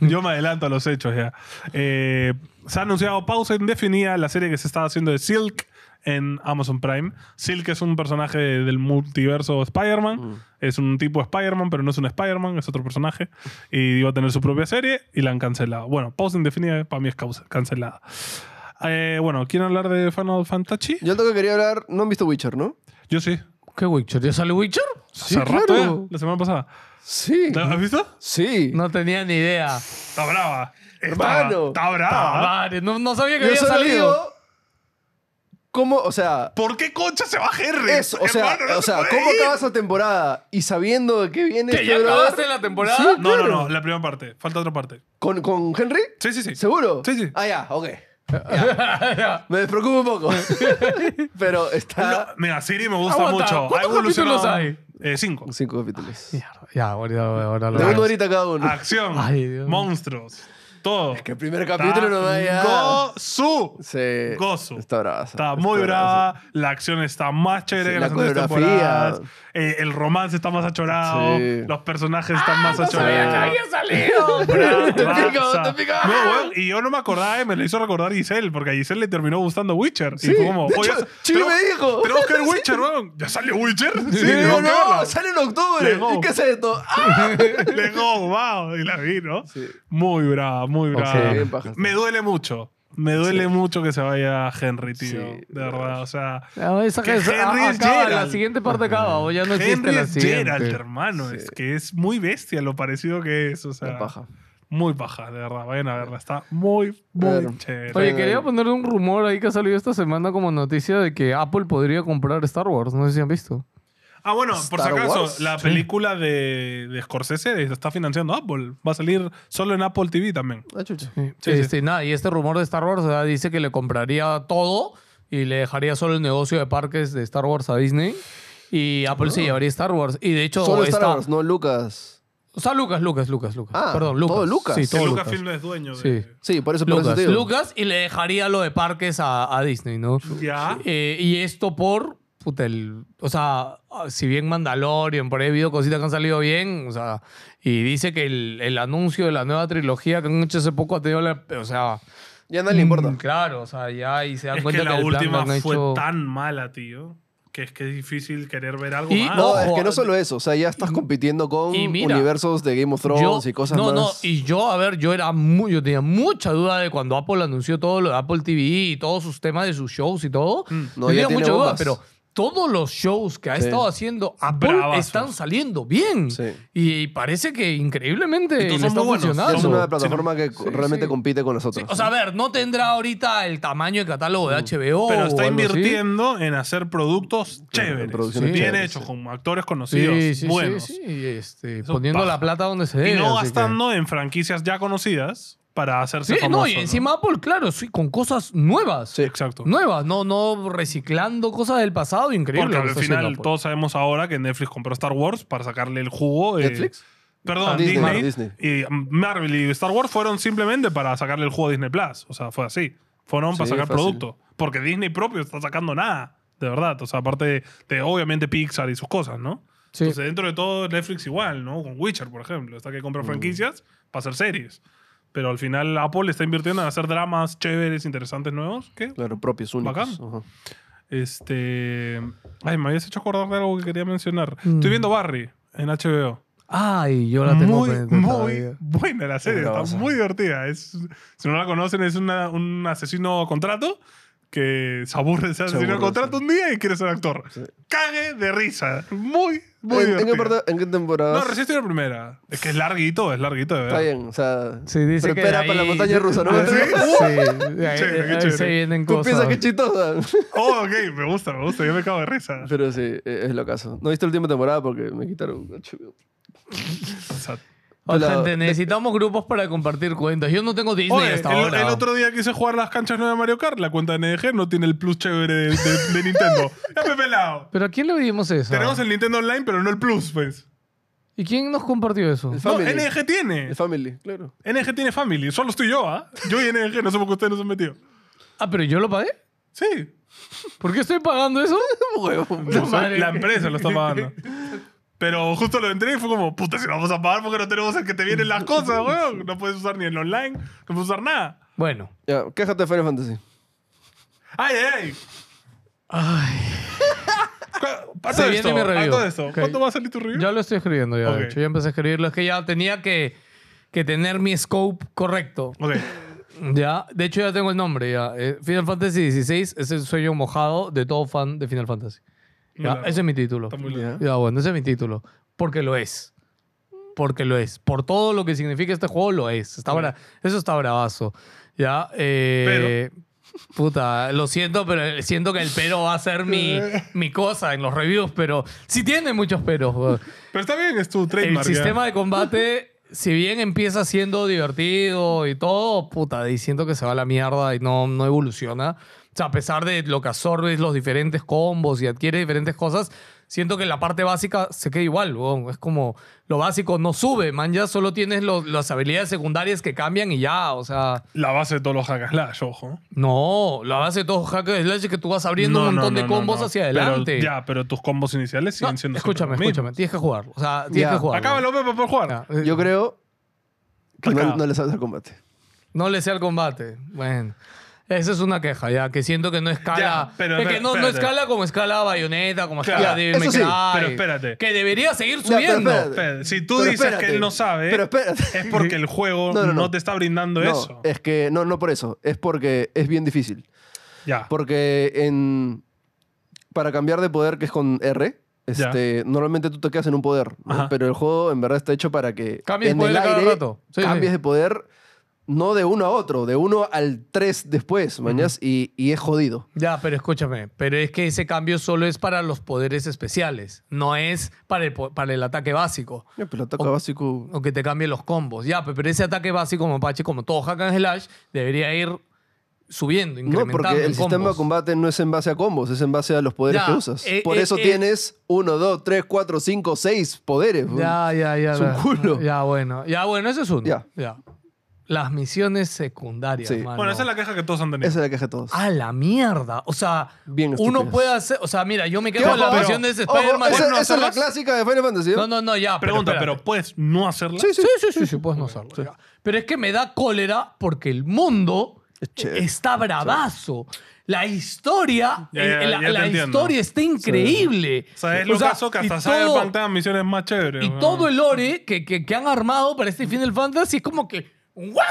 S1: yo me adelanto a los hechos ya. Eh, se ha anunciado pausa indefinida la serie que se estaba haciendo de Silk en Amazon Prime. Silk es un personaje del multiverso
S2: Mm.
S1: Spider-Man. Es un tipo Spider-Man, pero no es un Spider-Man, es otro personaje. Y iba a tener su propia serie y la han cancelado. Bueno, pausa indefinida eh, para mí es causa- cancelada. Eh, bueno, ¿quieren hablar de Final Fantasy?
S2: Yo lo que quería hablar, no han visto Witcher, ¿no?
S1: Yo sí.
S3: ¿Qué Witcher? ¿Ya sale Witcher?
S1: Hace
S2: claro.
S1: rato ya, la semana pasada.
S2: Sí.
S1: ¿Lo has visto?
S2: Sí.
S3: No tenía ni idea.
S1: Está brava. Está-
S2: Hermano.
S1: Está brava.
S3: Madre, no, no sabía que
S2: Yo
S3: había
S2: solo
S3: salido.
S2: digo, ¿Cómo? O sea,
S1: ¿Por qué concha se va Henry?
S2: eso, o sea,
S1: Hermano, no
S2: o
S1: se
S2: sea
S1: puede
S2: ¿cómo
S1: ir.
S2: acabas la temporada? Y sabiendo de qué viene.
S3: ¿Que
S2: este
S3: ya
S2: brother-
S3: acabaste la temporada?
S2: Sí,
S1: No, no,
S2: claro.
S1: no. La primera parte. Falta otra parte.
S2: ¿Con, ¿Con Henry?
S1: Sí, sí, sí.
S2: ¿Seguro?
S1: Sí, sí.
S2: Ah, ya, ok.
S1: (laughs)
S2: Ya. Me despreocupo un poco. Pero
S1: No,
S2: está.
S1: mira, Siri me gusta
S3: Aguanta,
S1: mucho. Ha
S3: ¿cuántos
S1: evolucionado.
S3: capítulos
S1: Eh,
S2: (laughs)
S1: cinco.
S2: Cinco
S1: Ah,
S2: capítulos.
S3: Mierda, ya, ahorita, ahora lo
S2: De una
S3: veo.
S2: horita cada uno.
S1: Acción.
S3: Ay, Dios.
S1: monstruos. Todo. Es
S2: que el primer capítulo no da ya.
S1: Gozu.
S2: Sí.
S1: Gozo.
S2: Está brava.
S1: Está muy brava. La acción está más chévere
S2: Sí,
S1: que
S2: la
S1: las anteriores
S2: coreografía.
S1: temporadas. Eh, el romance está más achorado.
S2: Sí. Ah,
S1: Los personajes están más
S3: No sabía que
S1: achorados.
S3: había salido.
S1: Bravaza.
S2: Te pica, te pica.
S1: No, weón, y yo no me acordaba, y me lo hizo recordar Giselle, porque a Giselle le terminó gustando Witcher. y fue como,
S2: de
S1: oye,
S2: hecho,
S1: ya-
S2: Chile
S1: tenemos-
S2: me dijo.
S1: Tenemos que ver Witcher, weón. ¿Ya salió Witcher?
S2: Sí,
S1: tengo
S2: digo,
S1: que verla. (laughs)
S2: no, sale en octubre.
S1: Llegó.
S2: ¿Y qué es esto? ¡Ah!
S1: Le digo, wow, y la vi, ¿no?
S2: Sí.
S1: Muy brava, muy brava.
S2: bien, pajas.
S1: me duele mucho. Me duele mucho que se vaya Henry, tío.
S2: Sí,
S1: de verdad, o sea.
S3: No, esa
S1: Que
S3: esa-
S1: Henry
S3: ah,
S1: es
S3: acaba, la
S1: Gerald.
S3: siguiente parte acaba, o ya no existe
S1: Henry
S3: la
S1: es
S3: siguiente.
S1: Gerald, hermano. Es que es muy bestia lo parecido que es. O sea,
S2: La paja.
S1: muy paja, de verdad. Vayan a verla. Está muy,
S2: Claro.
S1: muy chévere.
S3: Oye, quería poner un rumor ahí que ha salido esta semana como noticia de que Apple podría comprar Star Wars. No sé si han visto.
S1: Ah, bueno, por si
S2: Star
S1: acaso,
S2: Wars.
S1: la película de, de Scorsese la está financiando Apple. Va a salir solo en Apple TV también.
S2: Ah, chucha.
S1: Sí,
S3: este, Nada, y este rumor de Star Wars o sea, dice que le compraría todo y le dejaría solo el negocio de parques de Star Wars a Disney. Y Apple se llevaría Star Wars. Y de hecho,
S2: Solo
S3: está,
S2: Star Wars, no Lucas.
S3: O sea, Lucas, Lucas, Lucas, Lucas.
S2: Ah,
S3: Perdón, Lucas.
S2: todo Lucas.
S3: Sí,
S2: Que
S1: Que
S3: todo Lucas.
S1: Lucasfilm es dueño de.
S3: Sí.
S2: Sí, por eso, por eso
S3: Lucas,
S2: te digo.
S3: Lucas, y le dejaría lo de parques a, a Disney, ¿no?
S1: Ya.
S3: Eh, y esto por, puta, el- o sea, si bien Mandalorian, por ahí ha habido cositas que han salido bien, o sea, y dice que el, el anuncio de la nueva trilogía que han hecho hace poco ha tenido la, o sea...
S2: Ya no le importa.
S3: mm, Claro, o sea, ya y se dan
S1: Es
S3: cuenta
S1: que
S3: que,
S1: la
S3: el plan
S1: última
S3: lo han
S1: fue
S3: hecho-
S1: tan mala, tío, que es que es difícil querer ver algo
S3: Y-
S1: más.
S2: No,
S3: Ojo,
S2: es que no solo eso, o sea, ya
S1: Mm,
S2: estás compitiendo con
S3: y mira,
S2: universos de Game of
S3: Yo-
S2: Thrones y cosas
S3: no,
S2: más.
S3: No, y yo, a ver, yo era muy, yo tenía mucha duda de cuando Apple anunció todo lo de Apple TV y todos sus temas de sus shows y todo.
S2: Mm. No, ya
S3: yo tenía
S2: tiene
S3: mucha duda,
S2: bombas.
S3: pero todos los shows que ha
S2: Sí.
S3: estado haciendo Apple
S1: Bravazos.
S3: están saliendo bien.
S2: Sí,
S3: Y, y parece que increíblemente
S1: Y todos
S3: le
S1: son
S3: está
S1: muy buenos.
S2: Ya es
S1: Claro.
S2: una
S3: funcionando.
S2: plataforma que realmente
S3: sí.
S2: compite con nosotros.
S3: Sí, o sea, a ver, no tendrá ahorita el tamaño de catálogo de HBO.
S1: Pero
S3: o
S1: está
S3: algo así.
S1: invirtiendo en hacer productos chéveres.
S2: producciones
S1: bien
S2: chéveres,
S1: hechos,
S2: sí.
S1: con actores conocidos,
S3: Sí, sí,
S1: buenos.
S3: sí, sí, y, este,
S1: Eso
S3: poniendo
S1: paja.
S3: la plata donde se
S1: Y
S3: debe.
S1: no
S3: así que-
S1: gastando en franquicias ya conocidas para hacerse
S3: Sí,
S1: famoso.
S3: no, y encima Apple, claro, sí, con cosas nuevas.
S2: Sí.
S1: Exacto.
S3: Nuevas, no, no reciclando cosas del pasado, increíble.
S1: Porque
S3: lo que
S1: al
S3: está
S1: final
S3: haciendo pues. Apple.
S1: todos sabemos ahora que Netflix compró Star Wars para sacarle el jugo. eh,
S2: ¿Netflix?
S1: Perdón,
S2: Ah,
S1: Disney,
S2: Disney,
S1: Y mm, Marvel y Star Wars fueron simplemente para sacarle el jugo a Disney Plus. O sea, fue así. Fueron para
S2: Sí,
S1: sacar
S2: fácil.
S1: producto. Porque Disney propio está sacando nada. De verdad. O sea, aparte de, de, obviamente Pixar y sus cosas, ¿no?
S3: Sí.
S1: Entonces, dentro de todo, Netflix igual, ¿no? Con Witcher, por ejemplo. Está que
S2: Mm.
S1: compra franquicias para hacer series. Pero al final Apple está invirtiendo en hacer dramas chéveres, interesantes, nuevos. ¿Qué?
S2: Claro, propios, únicos.
S1: Bacán.
S2: Ajá.
S1: Este. Ay, me habías hecho acordar de algo que quería mencionar.
S2: Mm.
S1: Estoy viendo Barry en HBO.
S3: Ay, yo la tengo
S1: muy,
S3: pendiente
S1: muy
S3: todavía.
S1: buena la serie. Está
S2: Bravaza.
S1: muy divertida. Es, si no la conocen, es una- un asesino a contrato que se aburre de ser
S2: Se
S1: asesino a
S2: aburre,
S1: contrato
S2: sí.
S1: un día y quiere ser actor. Cague de risa. Muy, muy
S2: ¿En, en qué
S1: divertida.
S2: parte- en qué temporada?
S1: No, recién estoy en la primera. Es que es larguito, es larguito de
S2: Está
S1: verdad.
S2: bien, o sea.
S3: Sí, dice que
S2: prepara
S3: de
S2: para la
S3: ahí-
S2: montaña rusa, ¿no? (laughs)
S3: Ah, (laughs) Sí, sí, de ahí-
S1: Chévere, qué
S3: ahí
S1: chévere.
S3: se vienen
S2: Tú
S3: cosas.
S2: piensas que
S1: (laughs)
S2: es chistosa.
S1: Oh, ok, me gusta, me gusta. Yo me cago de risa.
S2: Pero sí, eh, es lo caso. No viste la última temporada porque me quitaron HBO.
S1: O sea,
S3: Oye,
S2: la-
S3: gente, necesitamos grupos para compartir cuentas. Yo no tengo Disney
S1: Oye,
S3: hasta
S1: el,
S3: ahora.
S1: el otro día quise jugar las canchas nuevas de Mario Kart. La cuenta de NDG no tiene el plus chévere de, de- de
S3: (laughs)
S1: Nintendo. Ya me he pelado.
S3: ¿Pero a quién le dimos eso?
S1: Tenemos el Nintendo Online, pero no el plus, pues.
S3: ¿Y quién nos compartió eso?
S2: El
S1: No,
S2: family.
S1: NDG tiene.
S2: El family, claro.
S1: NG tiene family, solo estoy yo, ¿ah? Yo y NG, no sé por qué ustedes no se han metido.
S3: Ah, pero yo lo pagué.
S1: Sí.
S3: ¿Por qué estoy
S1: (laughs)
S3: pagando eso?
S1: No sé,
S3: madre.
S1: la empresa lo está pagando. Pero justo lo entré y fue como, puta, si lo vamos a pagar porque no tenemos el que te vienen las cosas, weón. No puedes usar ni el online, no puedes usar nada.
S3: Bueno.
S2: Ya, quéjate de Final Fantasy.
S1: ¡Ay, ay! (laughs) ay Pasa
S3: Se
S1: esto,
S3: viene mi review.
S1: a todo esto.
S3: Ok.
S1: ¿Cuánto va a salir tu review?
S3: Ya lo estoy escribiendo, ya.
S1: Ok.
S3: de hecho. Ya empecé a escribirlo. Es que ya tenía que, que tener mi scope correcto.
S1: Ok.
S3: Ya, de hecho ya tengo el nombre ya. Eh, Final Fantasy XVI es el sueño mojado de todo fan de Final Fantasy. Ya,
S1: Claro.
S3: ese es mi título.
S1: Está muy lindo.
S2: Ya.
S3: Ya, bueno, ese es mi título. Porque lo es. Porque lo es. Por todo lo que significa este juego, lo es. Está bra- Eso está bravazo. Ya, eh, Puta, lo siento, pero siento que el pero va a ser mi, mi cosa en los reviews, pero sí tiene muchos peros. weón.
S1: Pero está bien, es tu
S3: El
S1: trademark. ya.
S3: sistema de combate, si bien empieza siendo divertido y todo, puta, y siento que se va a la mierda y no, no evoluciona. O sea, a pesar de lo que absorbes, los diferentes combos y adquiere diferentes cosas, siento que la parte básica se queda igual, weón. Es como lo básico no sube, man, ya solo tienes los- las habilidades secundarias que cambian y ya, o sea,
S1: La base de todos los hack and slash, ojo.
S3: no, la base de todos hack and slash es que tú vas abriendo
S1: No,
S3: un
S1: no,
S3: montón
S1: no,
S3: de
S1: no,
S3: combos
S1: no.
S3: hacia
S1: Pero-
S3: adelante.
S1: ya, pero tus combos iniciales
S3: No,
S1: siguen siendo siempre
S3: escúchame,
S1: los mismos.
S3: escúchame, tienes que jugar, o sea, tienes
S2: Ya.
S3: que jugar.
S1: Acábalo, Pepe, por jugar.
S2: Yo creo que no,
S1: Acá.
S2: no le sabes al combate.
S3: No le sea el combate. Bueno. Esa es una queja, ya, que siento que no escala.
S1: Ya, pero
S3: es que
S1: espera,
S3: no, no
S1: espérate.
S3: escala como escala Bayonetta, como
S1: Claro.
S3: escala
S1: Ya,
S3: Devil May
S2: eso sí,
S3: Cry,
S1: pero espérate.
S3: Que debería seguir
S2: pero
S3: subiendo.
S2: espérate.
S1: Fede, si tú
S2: Pero
S1: dices
S2: espérate.
S1: que él no sabe,
S2: Pero espérate.
S1: es porque el juego
S2: No,
S1: no,
S2: no, no.
S1: te está brindando
S2: No,
S1: eso.
S3: Eh,
S2: es que no, no por eso. Es porque es bien difícil.
S1: ya.
S2: Porque en. Para cambiar de poder, que es con R,
S1: Ya.
S2: este, normalmente tú te quedas en un poder. ¿no?
S1: Ajá.
S2: Pero el juego en verdad está hecho para que.
S3: Cambies de
S2: en
S3: poder
S2: el
S3: a cada
S2: aire
S3: rato. Sí,
S2: cambies de
S3: sí.
S2: poder, no de uno a otro, de uno al tres después, mañas, y, y es jodido.
S3: Ya, pero escúchame, pero es que ese cambio solo es para los poderes especiales, no es para el, po- para el ataque básico.
S2: Ya, pero el ataque
S3: O-
S2: básico.
S3: O que te cambien los combos. Ya, pe- pero ese ataque básico como Apache, como todo Hack and Slash, debería ir subiendo,
S2: No,
S3: incrementando
S2: porque
S3: en
S2: el sistema de
S3: combos.
S2: combate no es en base a combos, es en base a los poderes
S3: Ya,
S2: que usas.
S3: eh,
S2: Por
S3: eh,
S2: eso
S3: eh.
S2: tienes uno, dos, tres, cuatro, cinco, seis poderes.
S3: Ya, ya, ya.
S2: Es un
S3: ya.
S2: culo.
S3: Ya, bueno. Ya, bueno, eso es uno.
S2: Ya.
S3: Ya. Las misiones secundarias,
S2: Sí.
S3: mano.
S1: bueno, esa es la queja que todos han tenido.
S2: Esa es la queja de todos.
S3: A la mierda. O sea,
S2: Bien
S3: uno
S2: estúpidas.
S3: puede hacer. O sea, mira, yo me quedo
S2: Ojo,
S3: con las
S1: pero-
S3: misiones de
S2: Ojo,
S3: Spider-Man.
S2: esa,
S3: ¿Puedo no
S2: esa es la
S3: hacerlas?
S2: clásica de Final Fantasy. ¿eh?
S3: No, no, no, ya. pero
S1: Pregunta,
S3: espérate.
S1: pero ¿puedes no hacerla?
S2: Sí, sí.
S3: Sí, sí, sí, sí, puedes no hacerlo. ya. Pero es que me da cólera porque el mundo
S2: chévere,
S3: está bravazo. La historia,
S1: Ya, ya,
S3: eh, la,
S1: ya te
S3: la
S1: entiendo.
S3: historia está increíble.
S1: O sea, es
S3: O
S1: lo
S3: sea,
S1: caso que
S3: y
S1: hasta
S3: todo-
S1: Cyberpunk te dan misiones más chéveres.
S3: Y
S1: weón.
S3: todo el lore que, que, que han armado para este Final Fantasy es como que, ¿what?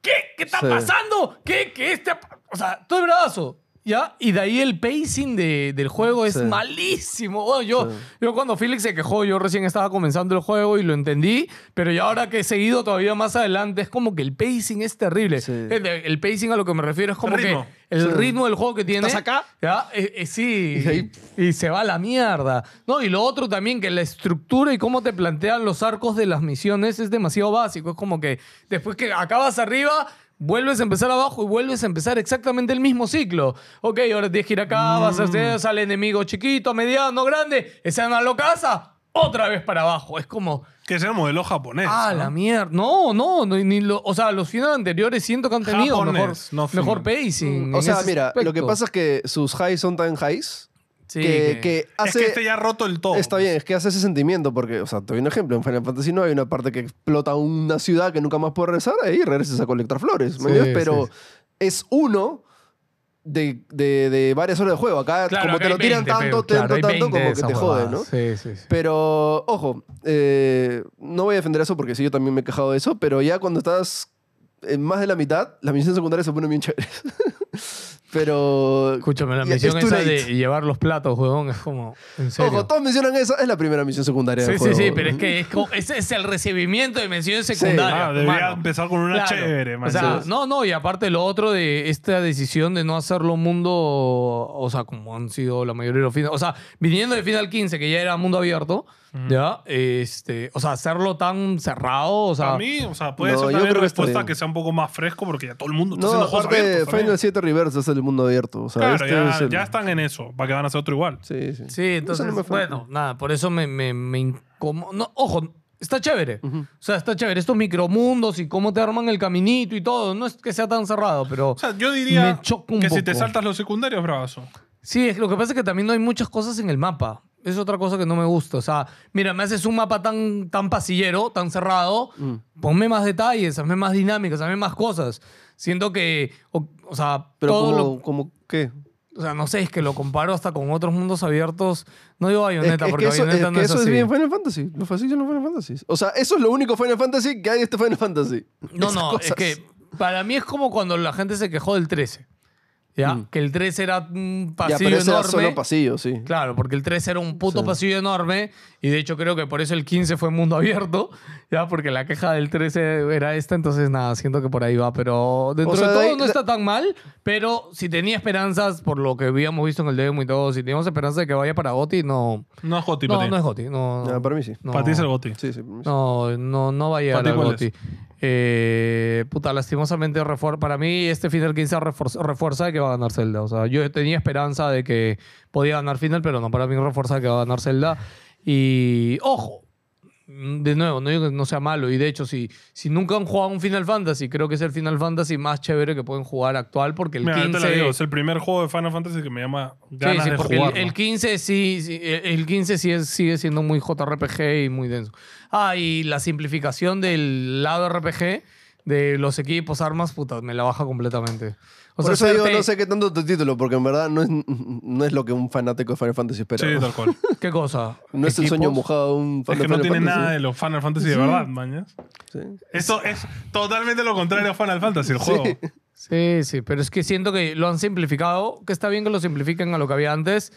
S3: ¿Qué? ¿Qué está
S2: Sí.
S3: pasando? ¿Qué? ¿Qué este? O sea, todo es bravazo. ¿Ya? Y de ahí el pacing de- del juego es
S2: Sí.
S3: malísimo. Bueno, yo,
S2: Sí.
S3: yo cuando Felix se quejó, yo recién estaba comenzando el juego y lo entendí, pero ya ahora que he seguido todavía más adelante, es como que el pacing es terrible.
S2: Sí.
S3: El, el pacing a lo que me refiero es como
S1: El ritmo.
S3: que el
S2: Sí.
S3: ritmo del juego que tiene.
S2: ¿Estás acá?
S3: ¿Ya? Eh, eh, sí.
S2: Y ahí-
S3: Y se va a la mierda. No, y lo otro también, que la estructura y cómo te plantean los arcos de las misiones es demasiado básico. Es como que después que acabas arriba, vuelves a empezar abajo y vuelves a empezar exactamente el mismo ciclo. Ok, ahora tienes que ir acá,
S2: Mm.
S3: vas a hacer, sale enemigo chiquito, mediano, grande, esa es una locaza, otra vez para abajo. Es como,
S1: Que sea modelo japonés.
S3: ah,
S1: ¿no?
S3: la mierda. No, no, no, ni lo- o sea, los finales anteriores siento que han tenido
S1: Japonés,
S3: mejor,
S1: no
S3: mejor
S1: fin.
S3: pacing.
S2: Mm, O
S3: en
S2: sea,
S3: ese
S2: mira, lo que
S3: aspecto.
S2: pasa es que sus highs son tan highs
S3: Sí,
S2: que, que hace.
S1: Es que este ya ha roto el todo.
S3: pues.
S2: Está bien, es que hace ese sentimiento porque, o sea, te doy un ejemplo, en Final Fantasy no hay una parte que explota una ciudad que nunca más puede regresar, ahí regresas a colectar flores, ¿me
S3: Sí,
S2: entiendes? pero
S3: sí,
S2: es uno de, de- de varias horas de juego. Acá,
S3: Claro,
S2: como
S3: acá
S2: te lo
S3: hay
S2: tiran
S3: 20,
S2: tanto,
S3: pero,
S2: tanto,
S3: claro, hay
S2: tanto,
S3: 20
S2: como
S3: de
S2: que te
S3: esas
S2: jode, ¿no?
S3: huevadas. Sí, sí, sí.
S2: Pero, ojo, eh, no voy a defender eso porque sí, yo también me he quejado de eso, pero ya cuando estás en más de la mitad, las misiones secundarias se ponen bien chéveres. (laughs) pero...
S3: Escúchame, la
S2: ya,
S3: misión
S2: it's too
S3: esa de
S2: late.
S3: llevar los platos, huevón, es como. En serio.
S2: Ojo, todos mencionan esa, es la primera misión secundaria
S3: sí,
S2: del
S3: sí,
S2: juego.
S3: sí, pero es que es como- ese es el recibimiento de menciones secundarias.
S1: Ah, debería
S3: hermano.
S1: empezar con una
S3: Claro.
S1: chévere, man.
S3: O sea, no, no, y aparte lo otro de esta decisión de no hacerlo mundo, o sea, como han sido la mayoría de los finales. O sea, viniendo de Final 15, que ya era mundo abierto, ya, este, o sea, hacerlo tan cerrado, o sea.
S1: Para mí, o sea, puede
S2: No,
S1: ser
S2: yo
S1: también
S2: creo que está
S1: respuesta
S2: bien.
S1: que sea un poco más fresco porque ya todo el mundo está
S2: No,
S1: haciendo juegos
S2: aparte
S1: abiertos también.
S2: Final 7 Reverse es el mundo abierto. O sea,
S1: Claro,
S2: este
S1: ya,
S2: es el-
S1: ya están en eso, para que van a hacer otro igual.
S2: Sí, sí.
S3: Sí, entonces,
S2: no me fue.
S3: bueno, nada, por eso me, me, me incomoda. No, ojo, está chévere. O sea, está chévere. Estos micromundos y cómo te arman el caminito y todo. No es que sea tan cerrado, pero.
S1: O sea, yo diría
S3: Me choca un
S1: que si te
S3: poco.
S1: saltas los secundarios, bravazo.
S3: sí, es, que lo que pasa es que también no hay muchas cosas en el mapa. Es otra cosa que no me gusta. O sea, mira, me haces un mapa tan, tan pasillero, tan cerrado.
S2: Mm.
S3: Ponme más detalles, hazme más dinámicas, hazme más cosas. Siento que. O, o sea,
S2: Pero
S3: todo
S2: como,
S3: lo-
S2: como qué?
S3: O sea, no sé, es que lo comparo hasta con otros mundos abiertos. No digo
S2: Es, que-
S3: Bayonetta,
S2: es
S3: porque
S2: que eso, es,
S3: Bayonetta
S2: que
S3: no es
S2: eso es
S3: así.
S2: bien Final Fantasy. Los fascistas no Final Fantasy. O sea, eso es lo único Final Fantasy que hay de este Final Fantasy.
S3: No,
S2: Esas
S3: no, es
S2: cosas.
S3: que para mí es como cuando la gente se quejó del 13. ¿Ya? Que el 13 era
S2: Mm.
S3: un
S2: Ya,
S3: pasillo
S2: pero ese era
S3: enorme.
S2: solo pasillo, sí.
S3: Claro, porque el 13 era un puto
S2: Sí.
S3: pasillo enorme y de hecho creo que por eso el 15 fue mundo abierto, ya porque la queja del 13 era esta, entonces nada, siento que por ahí va, pero dentro
S2: O sea,
S3: de
S2: de
S3: todo
S2: ahí-
S3: no está tan mal, pero si tenía esperanzas por lo que habíamos visto en el demo y todo, si teníamos esperanza de que vaya para Goti, no,
S1: No es Goti,
S3: no,
S1: para ti.
S3: no es Goti, no,
S2: Ah, para mí sí.
S3: no.
S1: Para ti es el Goti.
S2: Sí, sí, para mí sí.
S3: No, no, no va a llegar
S1: ¿Para
S3: al
S1: ti cuál
S3: Gotti. Eh, puta, lastimosamente refuer- para mí este Final 15 refuerza, refuerza de que va a ganar Zelda. O sea, yo tenía esperanza de que podía ganar Final, pero no, para mí refuerza de que va a ganar Zelda. Y ojo, mm, de nuevo, no digo que no sea malo. Y de hecho, si, si nunca han jugado un Final Fantasy, creo que es el Final Fantasy más chévere que pueden jugar actual porque el
S1: Mira, yo
S3: 15...
S1: te lo digo, es el primer juego de Final Fantasy que me llama
S3: Sí,
S1: ganas
S3: sí,
S1: de
S3: porque el-
S1: jugar.
S3: el, 15 sí, sí, el el 15 sí es- sigue siendo muy JRPG y muy denso. Ah, y la simplificación del lado RPG de los equipos, armas, puta, me la baja completamente. O
S2: Por
S3: sea,
S2: eso
S3: suerte
S2: digo, no sé qué tanto tu título, porque en verdad no es, no es lo que un fanático de Final Fantasy espera.
S1: Sí,
S3: (laughs)
S1: tal cual.
S3: ¿Qué cosa?
S2: No es el sueño
S3: ¿Equipos?
S2: mojado de un fan
S1: Es
S2: de
S1: que no
S2: Final
S1: tiene
S2: Fantasy.
S1: nada de los Final Fantasy de verdad, mañas.
S2: Sí.
S1: Eso es totalmente lo contrario a Final Fantasy, el juego.
S3: Sí, sí, pero es que siento que lo han simplificado, que está bien que lo simplifiquen a lo que había antes,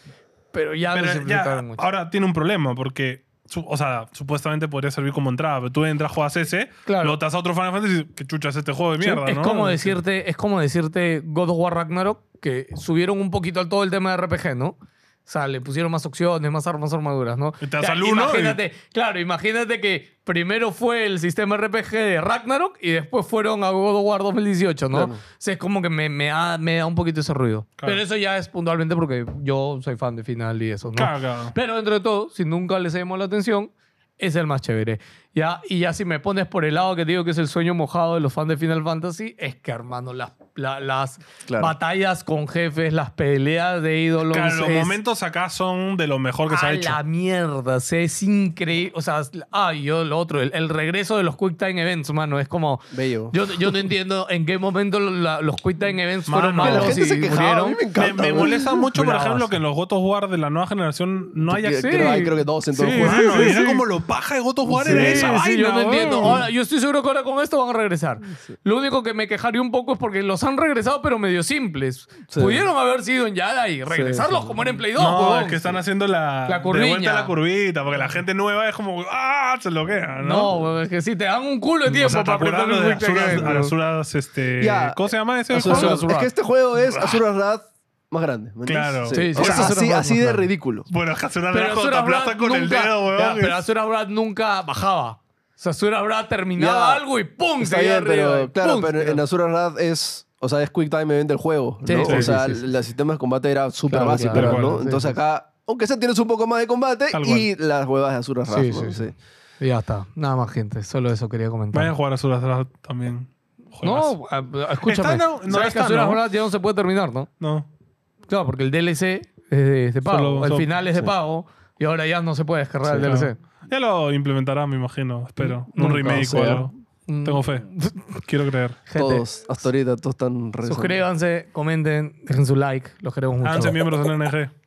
S3: pero ya lo
S1: Pero ya,
S3: simplificaron mucho.
S1: ahora tiene un problema porque, su- o sea, supuestamente podría servir como entrada, pero tú entras, juegas ese,
S3: Claro.
S1: lo otras a otro Final Fantasy, que chucha es este juego de mierda,
S3: es
S1: ¿no?
S3: como decirte, es como decirte God of War Ragnarok que subieron un poquito al todo el tema de RPG, ¿no? O sea, le pusieron más opciones, más armas, armaduras, ¿no?
S1: Y te das
S3: O sea,
S1: al uno y-
S3: imagínate, claro, imagínate que primero fue el sistema RPG de Ragnarok y después fueron a God of War 2018, ¿no?
S2: Claro.
S3: O sea, es como que me, me da, me da un poquito ese ruido.
S1: Claro.
S3: Pero eso ya es puntualmente porque yo soy fan de Final y eso, ¿no?
S1: Claro, claro.
S3: Pero dentro de todo, si nunca les llamó la atención, es el más chévere. Ya, y ya si me pones por el lado que te digo que es el sueño mojado de los fans de Final Fantasy, es que, hermano, las, la- las
S2: Claro.
S3: batallas con jefes, las peleas de ídolos.
S1: Claro, los
S3: es
S1: momentos acá son de lo mejor que se
S3: a
S1: ha hecho.
S3: la mierda, o sea, es increíble. O sea, es- ah, y yo lo otro, el, el regreso de los Quick Time Events, mano, es como.
S2: Bello.
S3: Yo, yo no entiendo en qué momento la- los Quick Time Events fueron
S1: Mano.
S2: Que la
S3: malos
S2: gente se
S3: y
S2: quejaba. A mí
S3: murieron.
S2: me
S1: Me,
S2: encanta.
S1: me
S2: güey.
S1: molesta mucho, por
S3: Bravas.
S1: ejemplo, que en los God of War de la nueva generación no haya
S2: Que-
S1: acceso.
S2: creo, hay- creo que dos en todo
S1: Sí,
S2: el juego.
S1: mano,
S3: sí,
S1: y era
S3: sí.
S1: como lo paja de God of War
S3: Sí,
S1: era esa
S3: sí,
S1: vaina,
S3: yo no
S1: weón.
S3: entiendo. Ahora, yo estoy seguro que ahora con esto van a regresar. Lo único que me quejaría un poco es porque los han regresado, pero medio simples.
S2: Sí.
S3: Pudieron haber sido en Yada y regresarlos como era en Play 2.
S1: No,
S3: huevón.
S1: es que están haciendo la,
S3: La
S1: de vuelta
S3: curviña.
S1: la curvita, porque la gente nueva es como, ah, se loquea, ¿no?
S3: No, huevón, es que sí, te dan un culo de tiempo
S1: o sea, te
S3: para apretar
S1: acordando
S3: un
S1: de
S3: quick time
S1: Asuras,
S3: event,
S1: a
S3: huevón.
S1: Asuras, este,
S2: Ya,
S1: ¿cómo se llama ese
S2: Azura's
S1: juego?
S2: Wrath. Es que este juego es Azura's Wrath más grande. ¿me entiendes?
S1: Claro.
S2: Sí.
S3: Sí, sí,
S2: O sea,
S3: Azura's
S2: así,
S3: Wrath
S2: así
S3: más
S2: de
S3: grande.
S2: ridículo.
S1: Bueno, Asuras
S3: Pero
S1: Rajo te
S3: Azura
S1: aplasta
S3: Brad
S1: con el
S3: nunca-
S1: dedo,
S3: Ya,
S1: weón.
S3: pero Azura Brad nunca bajaba. O sea, Azura Brad terminaba
S2: Ya.
S3: algo y ¡pum!
S2: Está
S3: se iba
S2: bien,
S3: arriba, y
S2: pero claro,
S3: ¡pum!
S2: pero
S3: se iba.
S2: en Azura's Wrath es. O sea, es Quick Time Event del juego.
S3: Sí,
S2: ¿no?
S3: sí,
S2: o
S3: sí,
S2: sea,
S1: sí, sí.
S2: la- el sistema de combate era súper
S3: Claro,
S2: básico,
S1: claro,
S2: ¿no?
S1: claro,
S3: sí,
S2: Entonces
S3: sí.
S2: acá, aunque sea, tienes un poco más de combate
S1: Tal
S2: y las huevas de Azura's Wrath.
S3: Sí,
S2: ¿no?
S3: sí, sí.
S2: Sí.
S3: Y ya está. Nada más, gente. Solo eso quería comentar.
S1: Vayan a jugar a Asuras Rajo también. Juegas.
S3: No, a- a- escúchame.
S1: Está, no, no
S3: Sabes
S1: está,
S3: que Azura's
S1: ¿no?
S3: Wrath ya no se puede terminar, ¿no?
S1: No.
S3: Claro, porque el DLC es de, es de pago.
S1: Solo-
S3: el
S1: solo-
S3: final es de pago y ahora ya no se puede descargar el DLC.
S1: Claro. Ya lo implementará, me imagino, espero. Un
S3: Nunca,
S1: remake
S2: o sea,
S1: o algo.
S3: Mm,
S1: Tengo
S3: (laughs)
S1: fe. Quiero creer.
S3: gente,
S2: Todos, hasta ahorita, todos están rezando.
S3: Suscríbanse, comenten, dejen su like. Los queremos mucho.
S1: Háganse miembros en NG.